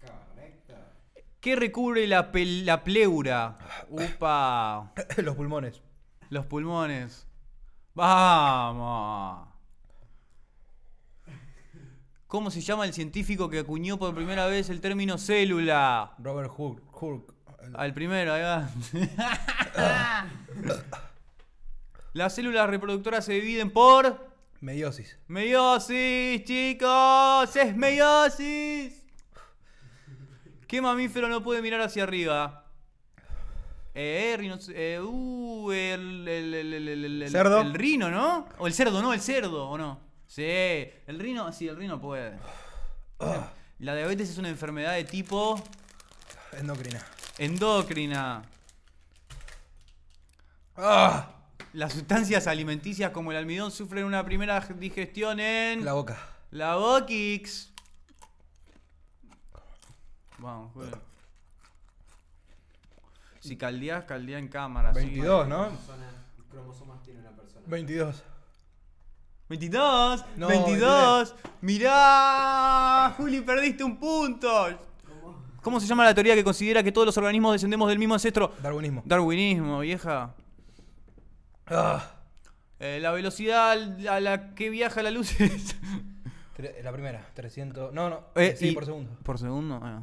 Speaker 4: Correcta.
Speaker 2: ¿qué recubre la, pel- la pleura? Upa.
Speaker 1: Los pulmones.
Speaker 2: Los pulmones. Vamos. ¿Cómo se llama el científico que acuñó por primera vez el término célula?
Speaker 1: Robert Hur- Hurk. El-
Speaker 2: Al primero, ahí [laughs] va. Las células reproductoras se dividen por
Speaker 1: Mediosis.
Speaker 2: meiosis, chicos. Es meiosis. ¿Qué mamífero no puede mirar hacia arriba? Eh, rinoc- eh, uh, el, el- el- el- el- el- el-
Speaker 1: Cerdo.
Speaker 2: el rino, ¿no? O el cerdo, no, el cerdo, ¿o no? Sí, el rino, sí, el rino puede. La diabetes es una enfermedad de tipo
Speaker 1: Endocrina.
Speaker 2: endocrina.
Speaker 1: ¡Ah!
Speaker 2: Las sustancias alimenticias como el almidón sufren una primera digestión en...
Speaker 1: La boca.
Speaker 2: La Bokix. Vamos, Julio. Si caldeás, caldeá en cámara. sí.
Speaker 1: 22, ¿no?
Speaker 4: Zona- cromosomas tiene una persona.
Speaker 1: 22.
Speaker 2: 22.
Speaker 1: No,
Speaker 2: 22. Mirá, Juli, perdiste un punto. ¿Cómo se llama la teoría que considera que todos los organismos descendemos del mismo ancestro?
Speaker 1: Darwinismo.
Speaker 2: Darwinismo, vieja.
Speaker 1: Ah.
Speaker 2: Eh, la velocidad al- a la que viaja la luz es...
Speaker 1: Tre- la primera, 300. No, no.
Speaker 2: Eh,
Speaker 1: sí,
Speaker 2: y-
Speaker 1: por segundo.
Speaker 2: Por segundo. ah.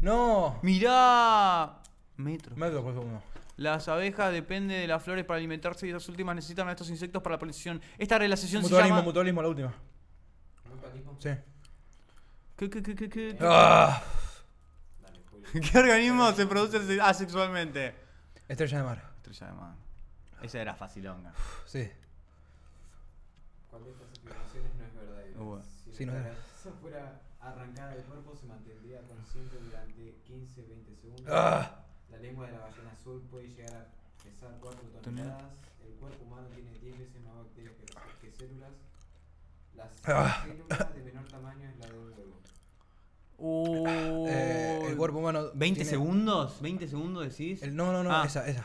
Speaker 1: No.
Speaker 2: Mirá. Metro.
Speaker 1: Metro por segundo.
Speaker 2: Las abejas dependen de las flores para alimentarse y las últimas necesitan a estos insectos para la polinización. Esta relación se
Speaker 1: Mutualismo,
Speaker 2: llama...
Speaker 1: mutualismo, la última.
Speaker 4: ¿Un patismo?
Speaker 1: Sí.
Speaker 2: ¿Qué, qué, qué, qué, qué?
Speaker 1: Ah.
Speaker 4: Dale, Julio.
Speaker 2: [laughs] ¿Qué organismo se produce ase- asexualmente?
Speaker 1: Estrella de mar.
Speaker 2: Estrella de mar. Esa era facilonga.
Speaker 1: Sí.
Speaker 4: ¿Cuál de estas afirmaciones no es verdadera?
Speaker 2: Uh,
Speaker 4: si
Speaker 1: sí, no
Speaker 4: nuestra
Speaker 1: es.
Speaker 4: cabeza fuera arrancada del cuerpo, se mantendría consciente durante 15-20 segundos.
Speaker 1: Ah.
Speaker 4: La lengua de la ballena azul puede llegar a pesar 4
Speaker 2: Tenés-
Speaker 4: toneladas. El cuerpo humano tiene 10 veces más bacterias que, que células. Las
Speaker 1: Ah.
Speaker 4: células de menor tamaño es la de un huevo.
Speaker 2: Uy.
Speaker 1: Eh, el cuerpo humano.
Speaker 2: 20
Speaker 1: tiene-
Speaker 2: segundos, 20 segundos decís.
Speaker 1: el- no, no, no,
Speaker 2: Ah.
Speaker 1: esa, esa.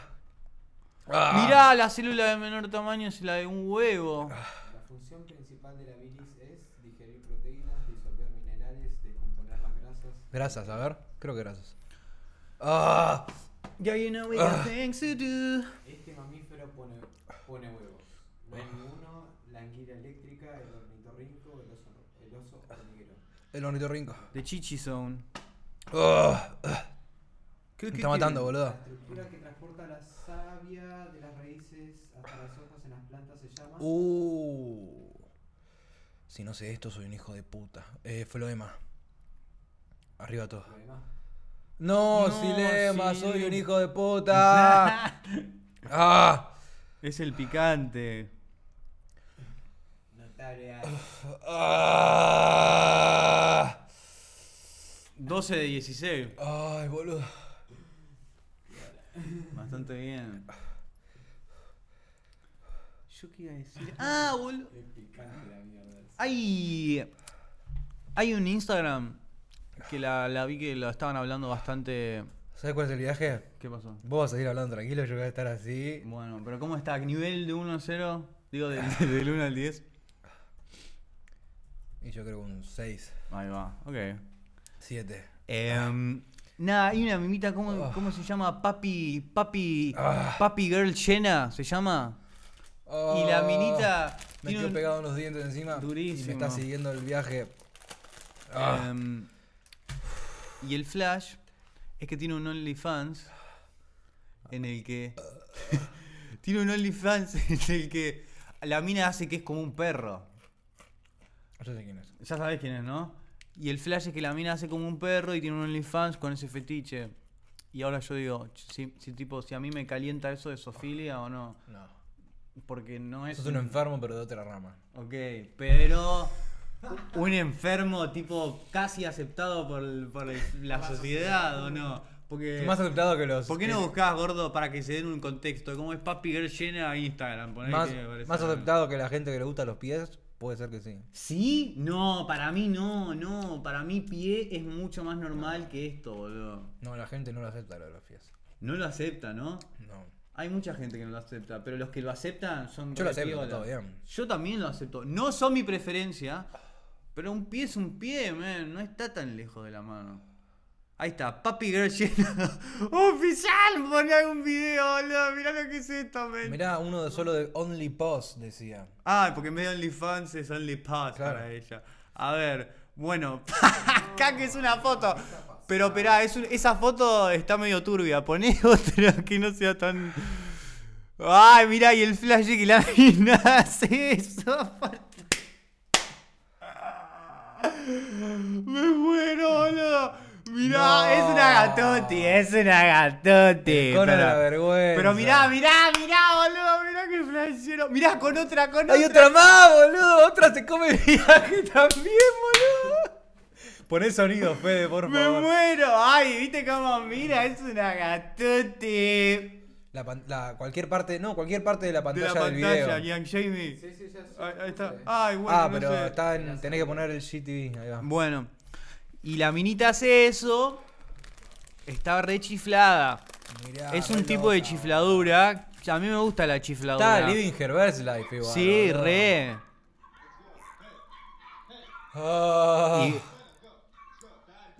Speaker 1: Ah.
Speaker 2: Mirá, la célula de menor tamaño es la de un huevo.
Speaker 1: Ah.
Speaker 4: La función principal de la bilis es digerir proteínas, disolver minerales, descomponer las grasas.
Speaker 1: Grasas, a ver. Creo que grasas. Ah,
Speaker 2: Yeah, you know we
Speaker 1: Ah.
Speaker 2: got things to do.
Speaker 4: Este mamífero pone, pone huevos. No hay ninguno, la anguila eléctrica, el ornitorrinco, el oso, el oso hormiguero.
Speaker 1: el ornitorrinco.
Speaker 2: The Chichi Zone.
Speaker 1: Ah, ah,
Speaker 2: ¿Qué-
Speaker 1: me
Speaker 2: qué
Speaker 1: está matando,
Speaker 2: tiene?
Speaker 1: boludo.
Speaker 4: La estructura que transporta la savia de las raíces hasta las hojas en las plantas se llama.
Speaker 1: Uh. Si no sé esto, soy un hijo de puta. Eh, floema. Arriba todo.
Speaker 4: Lo demás.
Speaker 1: No,
Speaker 2: No,
Speaker 1: Silema,
Speaker 2: sí.
Speaker 1: soy un hijo de
Speaker 2: [laughs]
Speaker 1: puta. ah,
Speaker 2: Es el picante.
Speaker 4: Natalia.
Speaker 1: ah.
Speaker 2: 12 de 16.
Speaker 1: Ay, boludo.
Speaker 2: Bastante bien. Yo qué iba a decir. Ah, boludo.
Speaker 4: Es picante la mierda.
Speaker 2: Hay. Hay un Instagram que la, la vi que lo estaban hablando bastante.
Speaker 1: ¿Sabes cuál es el viaje?
Speaker 2: ¿Qué pasó?
Speaker 1: Vos vas a seguir hablando tranquilo, yo voy a estar así.
Speaker 2: Bueno, pero ¿cómo está? ¿Nivel de 1 a 0? Digo, [laughs] del, del 1 al 10.
Speaker 1: Y yo creo que un 6,
Speaker 2: Ahí va, ok.
Speaker 1: 7.
Speaker 2: Em, nada, hay una mimita, ¿cómo,
Speaker 1: Ah.
Speaker 2: cómo se llama? Papi. Papi.
Speaker 1: Ah.
Speaker 2: Papi Girl Chena, se llama. Y la minita.
Speaker 1: Ah. Me
Speaker 2: tiene
Speaker 1: quedó
Speaker 2: un-
Speaker 1: pegado en los dientes encima. Y me
Speaker 2: Durísimo.
Speaker 1: está siguiendo el viaje. Ah.
Speaker 2: Em, y el Flash es que tiene un OnlyFans en el que. [laughs] tiene un OnlyFans [laughs] en el que la mina hace que es como un perro.
Speaker 1: Yo sé quién es.
Speaker 2: Ya sabés quién es, ¿no? Y el Flash es que la mina hace como un perro y tiene un OnlyFans con ese fetiche. Y ahora yo digo, ch- si, si tipo, si a mí me calienta eso de sofilia o no.
Speaker 1: No.
Speaker 2: Porque no es.
Speaker 1: Sos un enfermo, pero de otra rama.
Speaker 2: Ok, pero un enfermo tipo casi aceptado por, el- por el- la sociedad o no? Porque,
Speaker 1: Más aceptado que los.
Speaker 2: ¿Por qué no
Speaker 1: que-
Speaker 2: buscás, gordo, para que se den un contexto? ¿Cómo es Papi Girl llena a Instagram? Poné
Speaker 1: Más,
Speaker 2: que me parece-
Speaker 1: más aceptado que la gente que le gusta los pies, puede ser que sí.
Speaker 2: ¿Sí? No, para mí no, no. Para mí pie es mucho más normal que esto, boludo.
Speaker 1: No, la gente no lo acepta lo de los pies.
Speaker 2: No lo acepta, ¿no?
Speaker 1: No.
Speaker 2: Hay mucha gente que no lo acepta, pero los que lo aceptan son
Speaker 1: Yo lo
Speaker 2: re
Speaker 1: acepto,
Speaker 2: piola.
Speaker 1: todo bien.
Speaker 2: Yo también lo acepto. No son mi preferencia, pero un pie es un pie, man. No está tan lejos de la mano. Ahí está, Papi Girl [laughs] llena. ¡Oficial! Poné un video, boludo. Mirá lo que es esto, man.
Speaker 1: Mirá, uno de solo de Only Pos decía.
Speaker 2: Ah, porque en vez de OnlyFans es OnlyPass
Speaker 1: Claro.
Speaker 2: para ella. A ver, bueno, [laughs] acá que es una foto. Pero esperá, es un- esa foto está medio turbia. Poné [laughs] otra que no sea tan. Ay, mirá, y el flash que la [laughs] mina hace eso. [laughs] aparte. Me muero, boludo. Mirá,
Speaker 1: No.
Speaker 2: es una gatoti, es una gatoti. Eh,
Speaker 1: El cono de
Speaker 2: Pará.
Speaker 1: la vergüenza.
Speaker 2: Pero mirá, mirá, mirá, boludo, mirá que flashero. Mirá con otra, con
Speaker 1: ¡Hay
Speaker 2: otra.
Speaker 1: otra más, boludo! ¡Otra se come el viaje también, boludo! Poné sonido, Fede, por
Speaker 2: Me
Speaker 1: favor.
Speaker 2: muero. Ay, viste cómo mira, es una gatote.
Speaker 1: La, pan- la- cualquier parte, no, cualquier parte de la
Speaker 2: De
Speaker 1: pantalla
Speaker 2: la pantalla,
Speaker 1: del video.
Speaker 2: Young Jamie.
Speaker 4: Sí, sí, ya sé.
Speaker 2: Ahí, ahí está.
Speaker 4: Sí.
Speaker 2: Ay, bueno,
Speaker 1: ah,
Speaker 2: no
Speaker 1: pero
Speaker 2: sé.
Speaker 1: está en, tenés que poner el GTV, ahí va.
Speaker 2: Bueno, y la minita hace eso. Está re chiflada.
Speaker 1: Mirá,
Speaker 2: es
Speaker 1: re
Speaker 2: un tipo de
Speaker 1: loca.
Speaker 2: chifladura. A mí me gusta la chifladura.
Speaker 1: Está Living Her Best Life igual.
Speaker 2: sí,
Speaker 1: boludo.
Speaker 2: re.
Speaker 1: Ah.
Speaker 2: Y-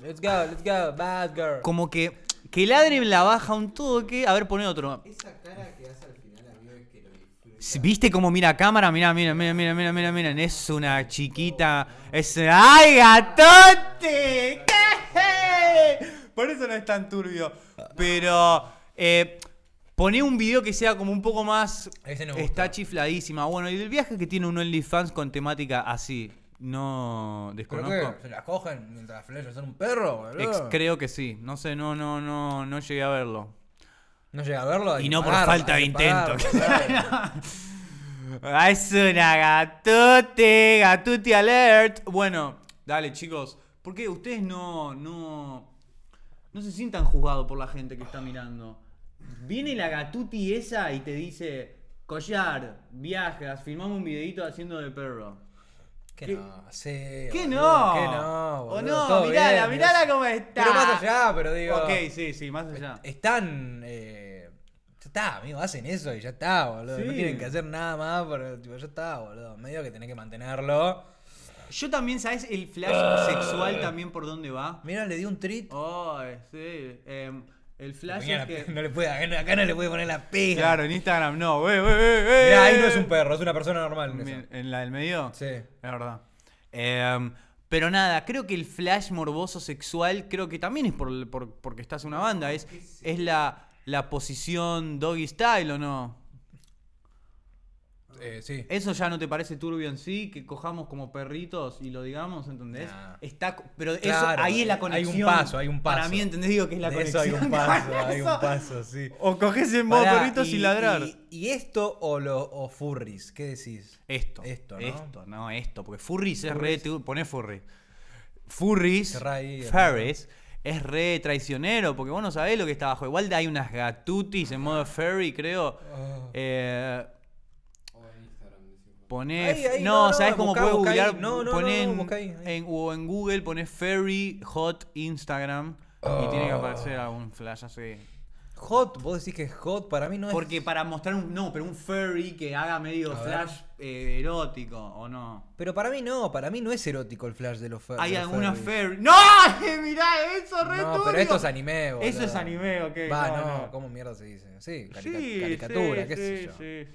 Speaker 1: Let's go, let's go, bad girl.
Speaker 2: Como que, que ladre la baja un toque. A ver, poné otro.
Speaker 4: Esa cara que hace al final, amigo, es que lo disfruta.
Speaker 2: Si- ¿Viste cómo mira a cámara? Mira, mira, mira, mira, mira, mira, mira. Es una chiquita.
Speaker 4: Oh.
Speaker 2: Es. ¡Ay, gatote! ¡Qué! Por eso no es tan turbio. Pero. Eh, poné un video que sea como un poco más.
Speaker 1: Ese nos
Speaker 2: Está
Speaker 1: gusta.
Speaker 2: chifladísima. Bueno, y el viaje que tiene un OnlyFans con temática así. No.
Speaker 1: Creo
Speaker 2: Desconozco.
Speaker 1: que se la cogen mientras flechas son un perro, boludo.
Speaker 2: Ex- creo que sí. No sé, no, no, no, no llegué a verlo.
Speaker 1: No llega a verlo. hay
Speaker 2: Y
Speaker 1: que
Speaker 2: no por
Speaker 1: pagarla,
Speaker 2: falta
Speaker 1: hay
Speaker 2: de
Speaker 1: que
Speaker 2: intento. [laughs]
Speaker 1: [laughs] pagarla, claro.
Speaker 2: Ah, Es una gatote, gatuti alert. Bueno, dale chicos, ¿por qué ustedes no, no, no se sientan juzgados por la gente que está mirando? Viene la gatuti esa y te dice, collar, viajas, filmame un videito haciendo de perro.
Speaker 1: Que
Speaker 2: ¿Qué?
Speaker 1: no, sí.
Speaker 2: ¿Qué
Speaker 1: boludo,
Speaker 2: no?
Speaker 1: Que no,
Speaker 2: O
Speaker 1: boludo,
Speaker 2: no,
Speaker 1: todo
Speaker 2: mirala,
Speaker 1: bien,
Speaker 2: mirala
Speaker 1: es-
Speaker 2: cómo está.
Speaker 1: Pero más allá, pero digo.
Speaker 2: Ok, sí, sí, más allá.
Speaker 1: Están. eh, ya está, amigo, hacen eso y ya está, boludo. No
Speaker 2: Sí.
Speaker 1: tienen que hacer nada más, pero tipo, ya está, boludo. Medio que tenés que mantenerlo.
Speaker 2: Yo también, ¿sabes? El flash
Speaker 1: Ah, eh.
Speaker 2: sexual también por dónde va.
Speaker 1: Mira, le di un treat.
Speaker 2: Oh, sí. em, el flash
Speaker 1: Ponía
Speaker 2: es
Speaker 1: la pe-
Speaker 2: que...
Speaker 1: [laughs] no le puede, acá no- acá no le puede poner la pega.
Speaker 2: Claro, Eh. en Instagram no. Wey, wey, wey, wey.
Speaker 1: Mirá, ahí no es un perro, es una persona normal. eso.
Speaker 2: Bien, ¿En la del medio?
Speaker 1: Sí.
Speaker 2: Es verdad. Em, pero nada, creo que el flash morboso sexual, creo que también es por, por- porque estás en una banda. Es, es la, la posición doggy style o no.
Speaker 1: Eh, sí.
Speaker 2: ¿Eso ya no te parece turbio en sí? Que cojamos como perritos y lo digamos, ¿entendés?
Speaker 1: Nah.
Speaker 2: Está, co- pero eso-
Speaker 1: Claro,
Speaker 2: ahí es la
Speaker 1: hay un
Speaker 2: conexión.
Speaker 1: paso, hay un
Speaker 2: Para
Speaker 1: paso.
Speaker 2: mí, ¿entendés? Digo que es la
Speaker 1: De eso
Speaker 2: conexión. [laughs]
Speaker 1: hay un paso, hay un paso, sí.
Speaker 2: O coges en modo
Speaker 1: Pará,
Speaker 2: perritos y,
Speaker 1: y-
Speaker 2: ladrar.
Speaker 1: Y, y esto o, lo, o furries? ¿Qué decís?
Speaker 2: Esto.
Speaker 1: Esto, ¿no?
Speaker 2: Esto, no, esto. Porque Furries, es re. te- Poné Furry. Furries.
Speaker 1: Cerrá ahí,
Speaker 2: Furries. Es re traicionero. Porque vos no sabés lo que está abajo. Igual hay unas gatutis en modo furry, creo.
Speaker 1: Ah.
Speaker 2: Eh,
Speaker 4: O en Instagram, decimos.
Speaker 2: poné.
Speaker 1: Ahí, ahí,
Speaker 2: no,
Speaker 1: no, no,
Speaker 2: ¿sabés cómo
Speaker 1: buscá,
Speaker 2: puedes
Speaker 1: buscá ahí.
Speaker 2: googlear?
Speaker 1: No, no,
Speaker 2: poné
Speaker 1: no, no,
Speaker 2: en-
Speaker 1: buscá ahí, ahí.
Speaker 2: en- o en Google poné furry hot Instagram.
Speaker 1: Oh.
Speaker 2: Y tiene que aparecer algún flash así.
Speaker 1: Hot, vos decís que es hot, para mí no es.
Speaker 2: Porque para mostrar un. No, pero un furry que haga medio
Speaker 1: A ver.
Speaker 2: flash eh, erótico, ¿o no?
Speaker 1: Pero para mí no, para mí no es erótico el flash de los furries.
Speaker 2: Hay alguna
Speaker 1: furries.
Speaker 2: fairy. ¡No! [laughs] Mirá, eso es re
Speaker 1: No, pero
Speaker 2: turbio.
Speaker 1: esto es anime, boludo.
Speaker 2: Eso es anime, ok.
Speaker 1: Va,
Speaker 2: no,
Speaker 1: no,
Speaker 2: no.
Speaker 1: ¿cómo mierda se dice? Sí,
Speaker 2: Sí,
Speaker 1: carica- caricatura,
Speaker 2: sí,
Speaker 1: qué sé
Speaker 2: sí,
Speaker 1: yo.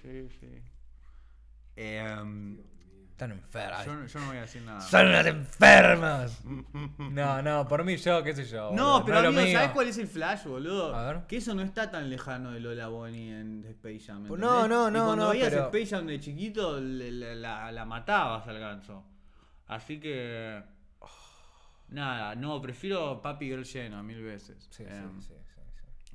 Speaker 2: Sí, sí, sí. Em,
Speaker 1: Están enfermas.
Speaker 2: yo, no- yo no voy a decir nada.
Speaker 1: Son
Speaker 2: [laughs]
Speaker 1: unas enfermas. No, no, por mí yo, qué sé yo.
Speaker 2: No,
Speaker 1: boludo,
Speaker 2: pero
Speaker 1: es lo
Speaker 2: amigo,
Speaker 1: mío.
Speaker 2: ¿sabes cuál es el flash, boludo?
Speaker 1: A ver.
Speaker 2: Que eso no está tan lejano de Lola Bonnie en Space Jam. ¿entendés?
Speaker 1: Pues no, no,
Speaker 2: Y
Speaker 1: no,
Speaker 2: Cuando
Speaker 1: no,
Speaker 2: veías
Speaker 1: pero-
Speaker 2: Space Jam de chiquito, le- la, la- la matabas al ganso. Así que. Nada, no, prefiero Papi Girl lleno mil veces.
Speaker 1: Sí, sí,
Speaker 2: Em,
Speaker 1: sí, sí, sí.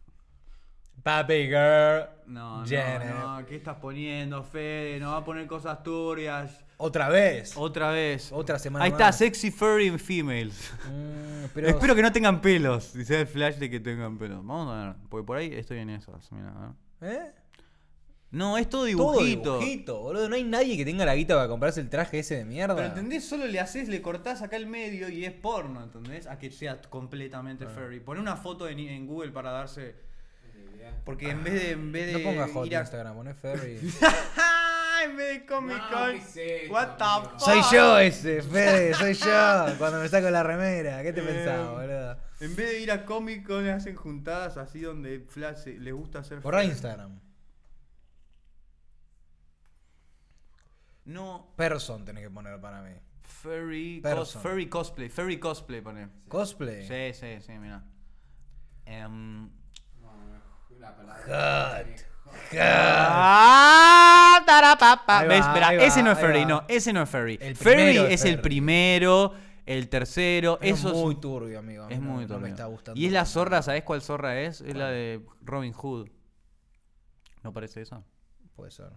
Speaker 1: Papi girl.
Speaker 2: No,
Speaker 1: Janet.
Speaker 2: no, no, ¿qué estás poniendo, Fede? Nos va a poner cosas turbias.
Speaker 1: Otra vez.
Speaker 2: Otra vez.
Speaker 1: Otra semana
Speaker 2: Ahí está,
Speaker 1: más.
Speaker 2: sexy furry females.
Speaker 1: Mm, pero
Speaker 2: Espero que no tengan pelos. Dice el flash de que tengan pelos. Vamos a ver, porque por ahí estoy en esas, mirá, a ver.
Speaker 1: ¿Eh?
Speaker 2: No, es todo
Speaker 1: Todo
Speaker 2: dibujito.
Speaker 1: dibujito, boludo. No hay nadie que tenga la guita para comprarse el traje ese de mierda.
Speaker 2: Pero entendés, solo le haces, le cortás acá el medio y es porno, ¿entendés? A que sea completamente furry. Poné una foto en, en Google para darse.
Speaker 4: Es la idea.
Speaker 2: Porque en vez de. En vez de
Speaker 1: No pongas hot
Speaker 2: ir a-
Speaker 1: Instagram, poné Ferry.
Speaker 2: [laughs]
Speaker 1: [laughs]
Speaker 2: en vez de Comic
Speaker 4: No,
Speaker 2: Con.
Speaker 4: ¿qué es esto,
Speaker 2: Oh What the
Speaker 4: amigo?
Speaker 2: fuck?
Speaker 1: soy
Speaker 2: [laughs]
Speaker 1: yo ese, Fede, soy yo. Cuando me saco la remera, ¿qué te
Speaker 2: Em.
Speaker 1: pensás, boludo?
Speaker 2: En vez de ir a Comic Con, hacen juntadas así donde Flash se- le gusta hacer.
Speaker 1: Borra Instagram.
Speaker 2: No,
Speaker 1: Person tenés que poner para mí.
Speaker 2: furry, cos-
Speaker 1: Person.
Speaker 2: furry cosplay. Furry cosplay, pone.
Speaker 1: Cosplay.
Speaker 2: Sí, sí, sí, mira. Em,
Speaker 4: No, no, la palabra.
Speaker 2: Ah, tarapapa.
Speaker 1: Ahí va,
Speaker 2: ¿Ves? Verá,
Speaker 1: ahí va,
Speaker 2: ese no es
Speaker 1: ahí
Speaker 2: furry,
Speaker 1: va.
Speaker 2: no, ese no es furry.
Speaker 1: El
Speaker 2: furry
Speaker 1: primero es
Speaker 2: es el
Speaker 1: furry.
Speaker 2: primero, el tercero,
Speaker 1: Pero
Speaker 2: eso
Speaker 1: es muy turbio, amigo. a mí
Speaker 2: es
Speaker 1: no-
Speaker 2: muy
Speaker 1: No me
Speaker 2: turbio.
Speaker 1: está gustando.
Speaker 2: Y es la zorra, ¿sabes cuál zorra es? Es la de Robin Hood. ¿No parece esa?
Speaker 1: Puede ser.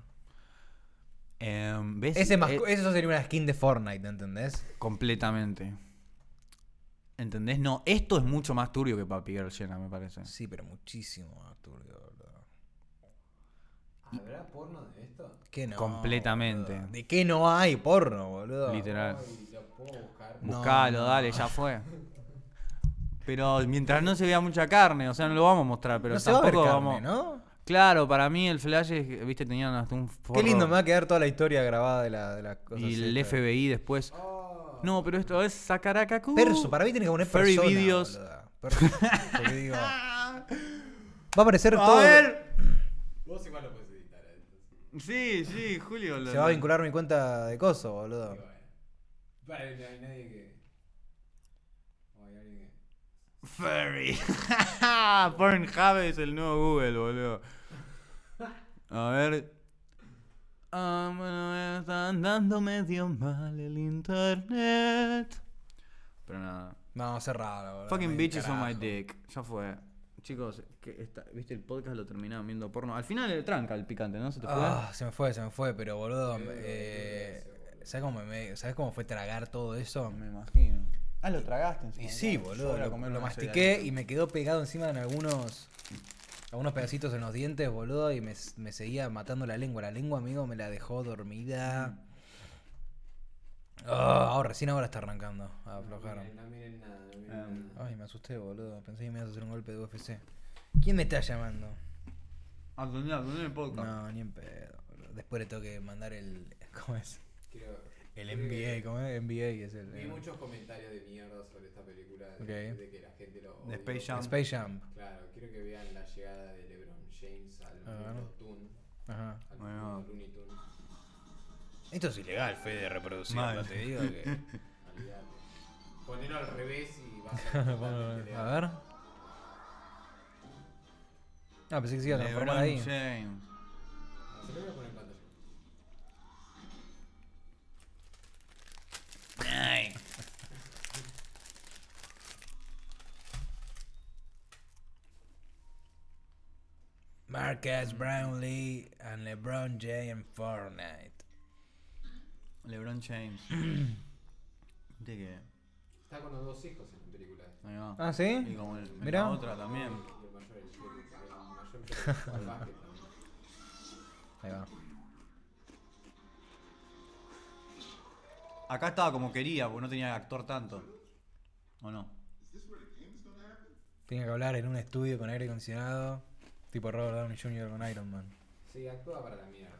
Speaker 2: Em, ¿Ves?
Speaker 1: Ese es más-
Speaker 2: Eh,
Speaker 1: eso sería una skin de Fortnite, ¿entendés?
Speaker 2: Completamente. ¿Entendés? No, esto es mucho más turbio que Papi Girl llena, me parece.
Speaker 1: Sí, pero muchísimo más turbio, boludo.
Speaker 4: ¿Habrá porno de esto?
Speaker 1: ¿Qué no?
Speaker 2: Completamente.
Speaker 1: boludo? ¿De qué no hay porno, boludo?
Speaker 2: Literal.
Speaker 4: Ay, lo puedo buscar.
Speaker 1: No.
Speaker 2: Buscalo, dale, ya fue. Pero mientras no se vea mucha carne, o sea, no lo vamos a mostrar, pero
Speaker 1: no se va a ver
Speaker 2: tampoco
Speaker 1: carne,
Speaker 2: vamos.
Speaker 1: ¿no?
Speaker 2: Claro, para mí el flash es, viste, tenían hasta un forro
Speaker 1: Qué lindo, me va a quedar toda la historia grabada de, la, de las cosas.
Speaker 2: Y el
Speaker 1: estas.
Speaker 2: FBI después.
Speaker 4: Oh,
Speaker 2: No, pero esto es Sakarakaku.
Speaker 1: Perso, para mí tiene que poner
Speaker 2: Furry
Speaker 1: persona,
Speaker 2: videos.
Speaker 1: boluda. Perso,
Speaker 2: [laughs]
Speaker 1: porque digo, va a aparecer
Speaker 2: A
Speaker 1: todo.
Speaker 2: ver.
Speaker 4: Vos igual lo puedes editar ¿eh? a esto.
Speaker 2: Sí, sí, Julio. lo-
Speaker 1: Se va a vincular mi cuenta de coso, boludo.
Speaker 4: Vale, no hay nadie que. No hay alguien que.
Speaker 2: Furry. [laughs] Pornhub es el nuevo Google, boludo. A ver. Ah, bueno, me está andando medio mal el internet. Pero nada.
Speaker 1: No, cerrado, boludo.
Speaker 2: Fucking
Speaker 1: me
Speaker 2: bitches on
Speaker 1: carajo.
Speaker 2: my dick. Ya fue. Chicos, que esta- viste el podcast lo terminaron viendo porno. Al final le tranca el picante, ¿no? ¿Se te fue?
Speaker 1: Ah, se me fue, se me fue, pero boludo. Eh, ¿sabes, cómo me- ¿Sabes cómo fue tragar todo eso?
Speaker 2: Me imagino. Ah, lo tragaste
Speaker 1: Y sí, boludo, lo, lo mastiqué y me quedó pegado encima en algunos algunos pedacitos en los dientes, boludo, y me, s- me seguía matando la lengua. La lengua, amigo, me la dejó dormida. Ah, ahora, recién ahora está arrancando a aflojar.
Speaker 4: No miren, no miren nada, no miren
Speaker 2: Ah,
Speaker 4: nada.
Speaker 1: Ay, me asusté, boludo. Pensé que me ibas a hacer un golpe de UFC. ¿Quién me está llamando?
Speaker 2: Atendé, atendé el podcast.
Speaker 1: No, ni en pedo. boludo. Después le tengo que mandar el. [laughs] ¿Cómo es?
Speaker 4: Creo-
Speaker 1: El
Speaker 4: creo
Speaker 1: NBA,
Speaker 4: que
Speaker 1: ¿cómo es? NBA que es el.
Speaker 4: Vi
Speaker 1: el-
Speaker 4: muchos comentarios de mierda sobre esta película. De,
Speaker 1: Ok.
Speaker 4: de que la gente lo.
Speaker 2: De
Speaker 4: odió.
Speaker 2: Space Jam.
Speaker 1: Space Jam.
Speaker 4: Claro, quiero que vean la llegada de LeBron James al
Speaker 1: A ver.
Speaker 4: mundo Toon.
Speaker 1: Ajá.
Speaker 4: Al
Speaker 2: Bueno.
Speaker 4: mundo Looney Tunes.
Speaker 1: Esto es ilegal, Fede, de reproducirlo,
Speaker 2: Mal.
Speaker 1: te
Speaker 2: [laughs]
Speaker 1: digo [laughs] que.
Speaker 4: Olvídate. Ponelo al revés y
Speaker 1: [laughs]
Speaker 4: vas a ser totalmente
Speaker 1: a
Speaker 4: legal.
Speaker 1: ver. Ah, pensé que se iba a transformar
Speaker 2: LeBron
Speaker 1: ahí.
Speaker 2: James.
Speaker 4: Ah, Se lo voy a poner en pantalla.
Speaker 5: Ay,
Speaker 1: Marcus Brownlee and LeBron James en Fortnite.
Speaker 2: LeBron James. ¿Viste que?
Speaker 4: Está con los dos hijos en la película.
Speaker 2: Ahí va.
Speaker 1: Ah, ¿sí?
Speaker 2: Y como en- en
Speaker 1: Mirá.
Speaker 2: la otra también.
Speaker 4: Y el mayor, el el- el mayor empezó a jugar al básquet también.
Speaker 1: Ahí va.
Speaker 2: Acá estaba como quería, porque no tenía actor tanto. ¿O no?
Speaker 1: Tenía que hablar en un estudio con aire acondicionado, tipo Robert Downey Jr. con Iron Man.
Speaker 4: Sí, actúa para la mierda.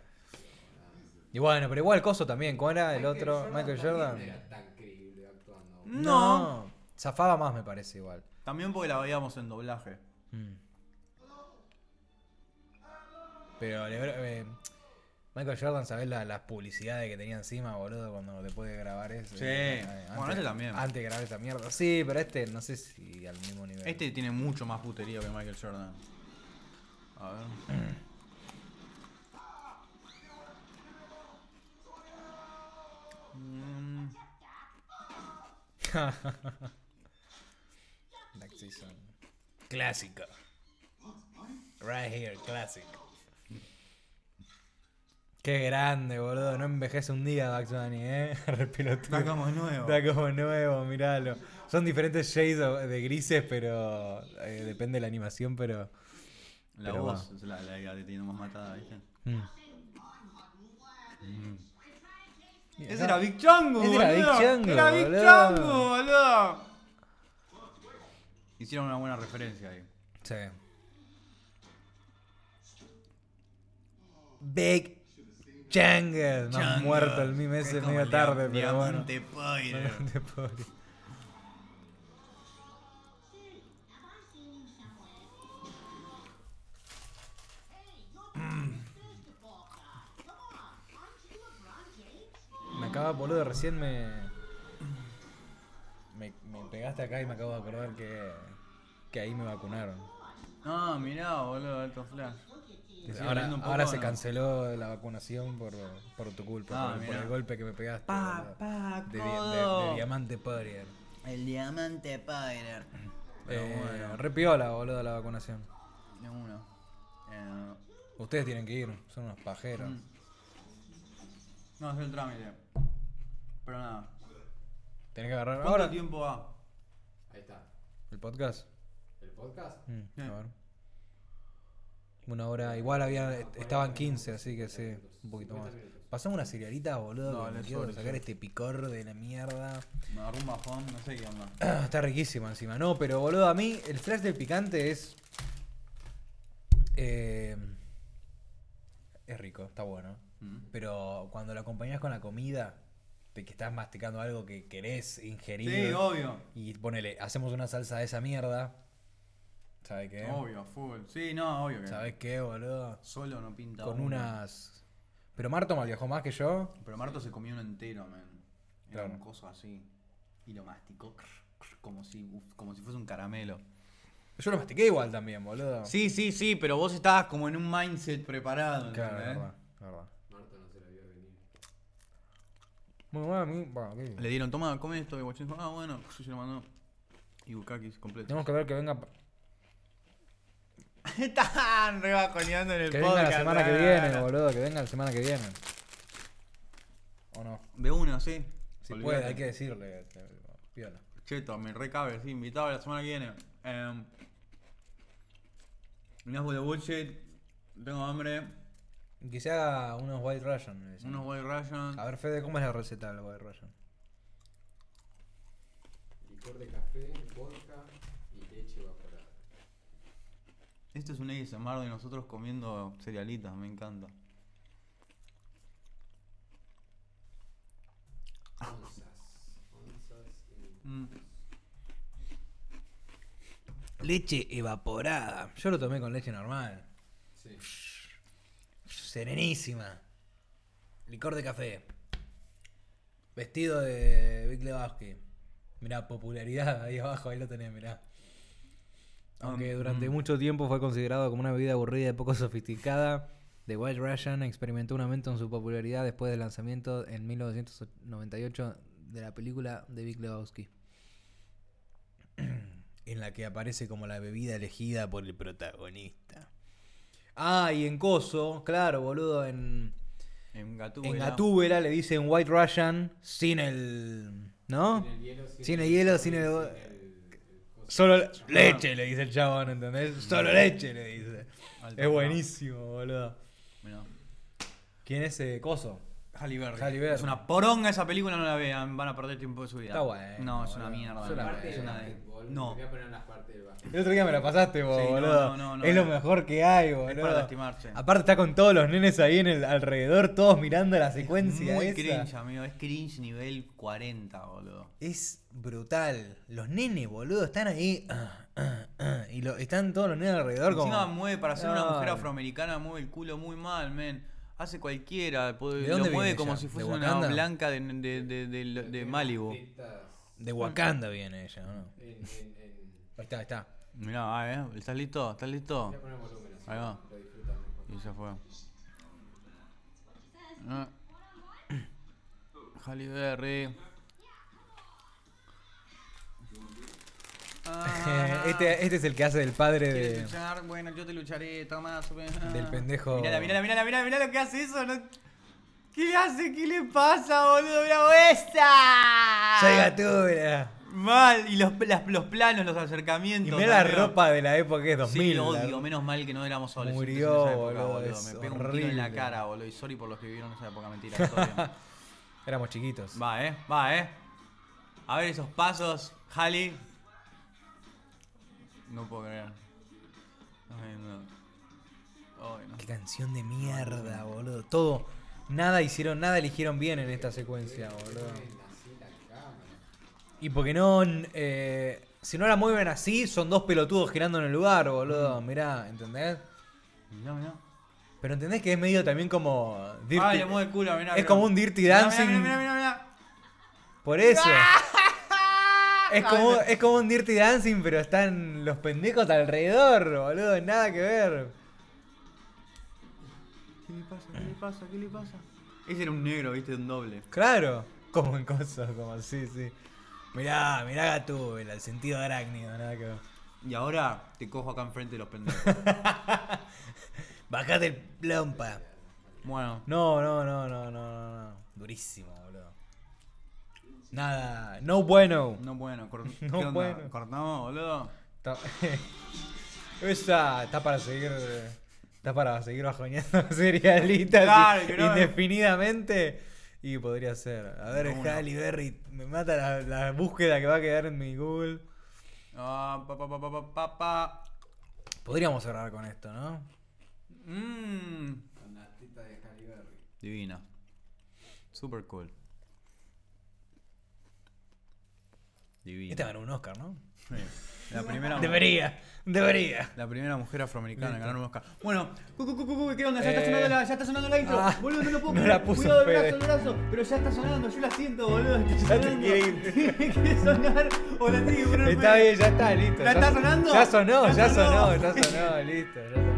Speaker 1: Y bueno, pero igual Coso también, ¿cómo era Ah, el
Speaker 4: Michael
Speaker 1: otro?
Speaker 4: Jordan
Speaker 1: Michael
Speaker 4: también
Speaker 1: Jordan.
Speaker 4: No era tan creíble actuando.
Speaker 2: No.
Speaker 1: Zafaba más, me parece igual.
Speaker 2: También porque la veíamos en doblaje.
Speaker 1: Mm. Pero Lebr- eh, Michael Jordan, ¿sabés la- las publicidades que tenía encima, boludo, cuando después de grabar eso? Eh,
Speaker 2: Sí. Bueno, este también.
Speaker 1: Antes de grabar esa mierda. Sí, pero este no sé si al mismo nivel.
Speaker 2: Este tiene mucho más putería que Michael Jordan. A ver. Mm,
Speaker 1: Black Season. Clásico. Right here, clásico. Qué grande, boludo. No envejece un día Bugs Bunny, eh. [laughs] Repilotudo.
Speaker 2: Está como nuevo.
Speaker 1: Está como nuevo, miralo. Son diferentes shades of- de grises, pero. eh, depende de la animación, pero.
Speaker 2: La
Speaker 1: Pero
Speaker 2: voz es la, la que tiene más matada, ¿viste?
Speaker 1: Mm.
Speaker 2: Ese era Big Chango,
Speaker 1: Ese era Big Chango,
Speaker 2: Era Big
Speaker 1: boludo.
Speaker 2: Chango, boludo. Hicieron una buena referencia ahí.
Speaker 1: Sí. Big Jungle. Más
Speaker 2: Chango,
Speaker 1: muerto el meme
Speaker 2: que
Speaker 1: ese
Speaker 2: como
Speaker 1: medio
Speaker 2: el
Speaker 1: tarde,
Speaker 2: dia-
Speaker 1: pero bueno.
Speaker 2: Diamante Poirot.
Speaker 1: Diamante pobre. Me acaba, boludo, recién me, me. me pegaste acá y me acabo de acordar que. que ahí me vacunaron.
Speaker 2: Ah, mirá, boludo, alto flash. ¿Te sigue
Speaker 1: Ahora,
Speaker 2: doliendo un poco
Speaker 1: ahora
Speaker 2: o
Speaker 1: se
Speaker 2: no?
Speaker 1: canceló la vacunación por, por tu culpa,
Speaker 2: Ah,
Speaker 1: por, por
Speaker 2: mirá.
Speaker 1: el golpe que me pegaste.
Speaker 2: Pa,
Speaker 1: boludo.
Speaker 2: pa,
Speaker 1: de, di- de- de
Speaker 2: codo.
Speaker 1: diamante podrier.
Speaker 2: El diamante Pyder. Pero
Speaker 1: Eh,
Speaker 2: bueno,
Speaker 1: Re piola, boludo, la vacunación.
Speaker 2: de uno. Eh,
Speaker 1: Ustedes tienen que ir, son unos pajeros.
Speaker 2: Mm. no, es el trámite. Pero nada.
Speaker 1: Tienen que agarrar
Speaker 2: ¿Cuánto
Speaker 1: ahora
Speaker 2: tiempo va?
Speaker 4: Ahí está.
Speaker 1: el podcast.
Speaker 4: El podcast.
Speaker 1: Mm,
Speaker 2: Sí.
Speaker 1: A ver. Una hora, igual había, est- estaban 15, así que sí, un poquito más.
Speaker 4: 50 minutos.
Speaker 1: Pasamos una cerealita, boludo,
Speaker 2: No,
Speaker 1: que me
Speaker 2: le
Speaker 1: quiero
Speaker 2: sobre,
Speaker 1: sacar
Speaker 2: sí.
Speaker 1: este picor de la mierda. Ah,
Speaker 2: Me agarró un bajón, no sé qué onda.
Speaker 1: Está riquísima encima, no, pero boludo, a mí el flash del picante es. eh, es rico, está bueno.
Speaker 2: Mm.
Speaker 1: Pero cuando lo acompañas con la comida, de que estás masticando algo que querés ingerir.
Speaker 2: Sí, obvio.
Speaker 1: Y ponele, hacemos una salsa de esa mierda. ¿Sabes qué?
Speaker 2: Obvio, full. Sí, no, obvio que.
Speaker 1: ¿Sabes qué, boludo?
Speaker 2: Solo no pinta.
Speaker 1: Con
Speaker 2: uno.
Speaker 1: unas. Pero Marto me viajó más que yo.
Speaker 2: Pero Marto se comió uno entero, man. Era
Speaker 1: Claro.
Speaker 2: un coso así. Y lo masticó crr, crr, como si, uf, como si fuese un caramelo.
Speaker 1: Yo lo mastiqué igual también, boludo.
Speaker 2: Sí, sí, sí, pero vos estabas como en un mindset preparado.
Speaker 1: claro, es
Speaker 2: ¿entendés?
Speaker 1: verdad, es verdad.
Speaker 4: Marta no se la vio venir.
Speaker 1: Muy bueno, a mí. bueno, ¿qué?
Speaker 2: Le dieron, toma, come esto. Y Guachín dijo, ah, bueno, se lo mandó. Y Bukakis completo.
Speaker 1: Tenemos que ver que venga. pa-
Speaker 2: [laughs] Están rebaconeando en el
Speaker 1: Que venga
Speaker 2: podcast.
Speaker 1: la semana que
Speaker 2: ah.
Speaker 1: viene, boludo. Que venga la semana que viene. ¿O no?
Speaker 2: De uno, sí.
Speaker 1: Si
Speaker 2: Olvídate.
Speaker 1: puede, hay que decirle. este, Piola.
Speaker 2: Cheto, me recabe, sí, invitado la semana que viene. Eh, enough with the bullshit. Tengo hambre.
Speaker 1: Quizá unos White Russian. le decimos.
Speaker 2: Unos white Russian.
Speaker 1: A ver, Fede, ¿cómo es la receta del White Russian?
Speaker 4: licor de café, vodka y leche evaporada.
Speaker 2: Esto es un ASMR de nosotros comiendo cerealitas, me encanta.
Speaker 4: Onzas. Onzas en
Speaker 2: Mm.
Speaker 1: Leche evaporada. Yo lo tomé con leche normal.
Speaker 4: Sí.
Speaker 1: Serenísima. Licor de café. Vestido de Big Lebowski. Mirá, popularidad [laughs] ahí abajo, ahí lo tenés, mirá. Aunque
Speaker 2: Um,
Speaker 1: durante mucho tiempo fue considerado como una bebida aburrida y poco sofisticada, The White Russian experimentó un aumento en su popularidad después del lanzamiento en 1998 de la película de Big Lebowski. [clears throat] En la que aparece como la bebida elegida por el protagonista. Ah, y en Coso, claro, boludo, en,
Speaker 2: En Gatúbela.
Speaker 1: en Gatúbela le dicen White Russian sin el... ¿No?
Speaker 4: Sin el hielo,
Speaker 1: Sin el hielo, sin el-
Speaker 4: sabor, sin el- el coso.
Speaker 1: Solo
Speaker 2: Ah.
Speaker 1: le- leche, le dice el chabón, ¿entendés? Solo leche, le dice.
Speaker 2: Al
Speaker 1: Es
Speaker 2: papá.
Speaker 1: buenísimo, boludo.
Speaker 2: Mirá.
Speaker 1: ¿Quién es ese coso?
Speaker 2: Halle Berry.
Speaker 1: Halle Berry.
Speaker 2: Es una poronga esa película, no la vean, van a perder tiempo de su vida.
Speaker 1: Está bueno,
Speaker 2: No, es una
Speaker 1: boludo.
Speaker 2: mierda.
Speaker 1: Es una-
Speaker 2: boludo,
Speaker 4: Parte
Speaker 2: es
Speaker 4: del
Speaker 2: una de-
Speaker 4: básquetbol,
Speaker 2: No.
Speaker 4: Voy a poner las partes del básquet.
Speaker 1: El otro día me la pasaste vos,
Speaker 2: Sí, no,
Speaker 1: boludo.
Speaker 2: no, no, no,
Speaker 1: es lo
Speaker 2: no.
Speaker 1: mejor que hay,
Speaker 2: Es
Speaker 1: boludo.
Speaker 2: para lastimarse.
Speaker 1: Aparte está con todos los nenes ahí en el alrededor, todos mirando la secuencia
Speaker 2: Muy
Speaker 1: esa.
Speaker 2: cringe, amigo. Es cringe nivel 40, boludo.
Speaker 1: Es brutal. Los nenes, boludo, están ahí. ah, ah, ah, y lo, están todos los nenes alrededor
Speaker 2: Encima
Speaker 1: como...
Speaker 2: mueve, para ser una
Speaker 1: Ay.
Speaker 2: mujer afroamericana, mueve el culo muy mal, men. Hace cualquiera, puede-
Speaker 1: ¿De
Speaker 2: lo
Speaker 1: dónde
Speaker 2: mueve
Speaker 1: viene
Speaker 2: como
Speaker 1: ella?
Speaker 2: si
Speaker 1: ¿De
Speaker 2: fuese una
Speaker 1: Wakanda?
Speaker 2: blanca de, de, de, de- de- de Malibu.
Speaker 4: Tetas
Speaker 1: De Wakanda viene ella, ¿o ¿no?
Speaker 4: en- en- en-
Speaker 1: Ahí está, ahí está.
Speaker 2: Mirá, ah, ¿eh? ¿estás listo? ¿Estás listo?
Speaker 4: Voy a poner volumen así
Speaker 2: Ahí va.
Speaker 4: lo disfrutan mejor.
Speaker 2: Y se fue. [coughs] Ah. Halle Berry. [laughs] Ah.
Speaker 1: [laughs] este, este es el que hace del padre
Speaker 2: ¿Quieres
Speaker 1: de...
Speaker 2: luchar? Bueno, yo te lucharé, toma, sube. Ah.
Speaker 1: Del pendejo.
Speaker 2: Mirá, mirá, mirá, mirá, mirá lo que hace eso. no- ¿Qué le hace? ¿Qué le pasa, boludo? ¡Bravo esa!
Speaker 1: Soy Gatúbela.
Speaker 2: Mal, y los, las- los planos, los acercamientos.
Speaker 1: Y mira la
Speaker 2: también.
Speaker 1: ropa de la época que es 2000.
Speaker 2: Sí,
Speaker 1: la-
Speaker 2: odio, menos mal que no éramos adolescentes
Speaker 1: Murió,
Speaker 2: en esa época,
Speaker 1: boludo,
Speaker 2: boludo.
Speaker 1: es
Speaker 2: Me pego un tiro en la
Speaker 1: horrible.
Speaker 2: cara, boludo. Y sorry por los que vivieron esa época, mentira. todo
Speaker 1: [laughs]
Speaker 2: bien.
Speaker 1: Éramos chiquitos.
Speaker 2: va, eh, va, eh. A ver esos pasos, Halley. No puedo creer. Ay, no. Ay, no.
Speaker 1: Qué canción de mierda, boludo. Todo. Nada hicieron, nada eligieron bien en esta secuencia, boludo. Y porque no. eh, si no la mueven así, son dos pelotudos girando en el lugar,
Speaker 2: Mm.
Speaker 1: boludo. Mirá, ¿entendés?
Speaker 2: Mirá, mirá.
Speaker 1: Pero entendés que es medio también como. dirty-
Speaker 2: Ay, le mueve el culo, mirá,
Speaker 1: es
Speaker 2: mirá.
Speaker 1: como un Dirty
Speaker 2: Mirá, mirá,
Speaker 1: Dancing.
Speaker 2: Mirá, mirá, mirá, mirá. [laughs]
Speaker 1: Por eso. Es como, es como un Dirty Dancing, pero están los pendejos alrededor, boludo. Nada que ver.
Speaker 2: ¿Qué le pasa? ¿Qué le pasa? ¿Qué le pasa? Ese era un negro, viste, un doble.
Speaker 1: Claro, [laughs] como en cosas, como sí, sí. Mirá, mirá Gatúbela, el sentido arácnido, nada que ver.
Speaker 2: Y ahora te cojo acá enfrente de los pendejos.
Speaker 1: [laughs] Bajate el plompa.
Speaker 2: bueno.
Speaker 1: No, no, no, no, no, no, no. Durísimo, boludo. Nada, no bueno.
Speaker 2: No bueno, cor- ¿qué
Speaker 1: [laughs] No
Speaker 2: onda?
Speaker 1: bueno.
Speaker 2: cortamos, boludo.
Speaker 1: Ta- [laughs] Esa está para seguir. Está para seguir bajoneando [laughs] serialitas
Speaker 2: Claro, que no me-
Speaker 1: indefinidamente. Y podría ser. A ver,
Speaker 2: No, no.
Speaker 1: Halle Berry, me mata la, la búsqueda que va a quedar en mi Google.
Speaker 2: Ah, pa, pa, pa, pa, pa, pa, pa.
Speaker 1: Podríamos cerrar con esto, ¿no?
Speaker 2: Mm.
Speaker 4: Con las tetas de Halle Berry.
Speaker 2: Divina. Super cool. Divina.
Speaker 1: Esta Este ganó un Oscar, ¿no?
Speaker 2: Sí. La
Speaker 1: [laughs]
Speaker 2: primera
Speaker 1: Debería, debería.
Speaker 2: La primera mujer afroamericana en ganar un Oscar. Bueno, cu, cu, cu, cu, cu, ¿qué onda? Ya está sonando la, ya está sonando la intro.
Speaker 1: Eh. ah,
Speaker 2: boludo, no lo puedo
Speaker 1: no
Speaker 2: creer.
Speaker 1: la puso
Speaker 2: Cuidado el
Speaker 1: Fede.
Speaker 2: brazo, el brazo. Pero ya está sonando, yo la siento, boludo. Está sonando.
Speaker 1: quiere ir.
Speaker 2: [laughs] Quiere sonar. O la tiene que poner
Speaker 1: Está
Speaker 2: Fede.
Speaker 1: bien, ya está, listo.
Speaker 2: ¿Ya está sonando?
Speaker 1: Ya sonó,
Speaker 2: ¿Ya
Speaker 1: ya
Speaker 2: sonó?
Speaker 1: sonó, ya sonó, listo. Ya sonó.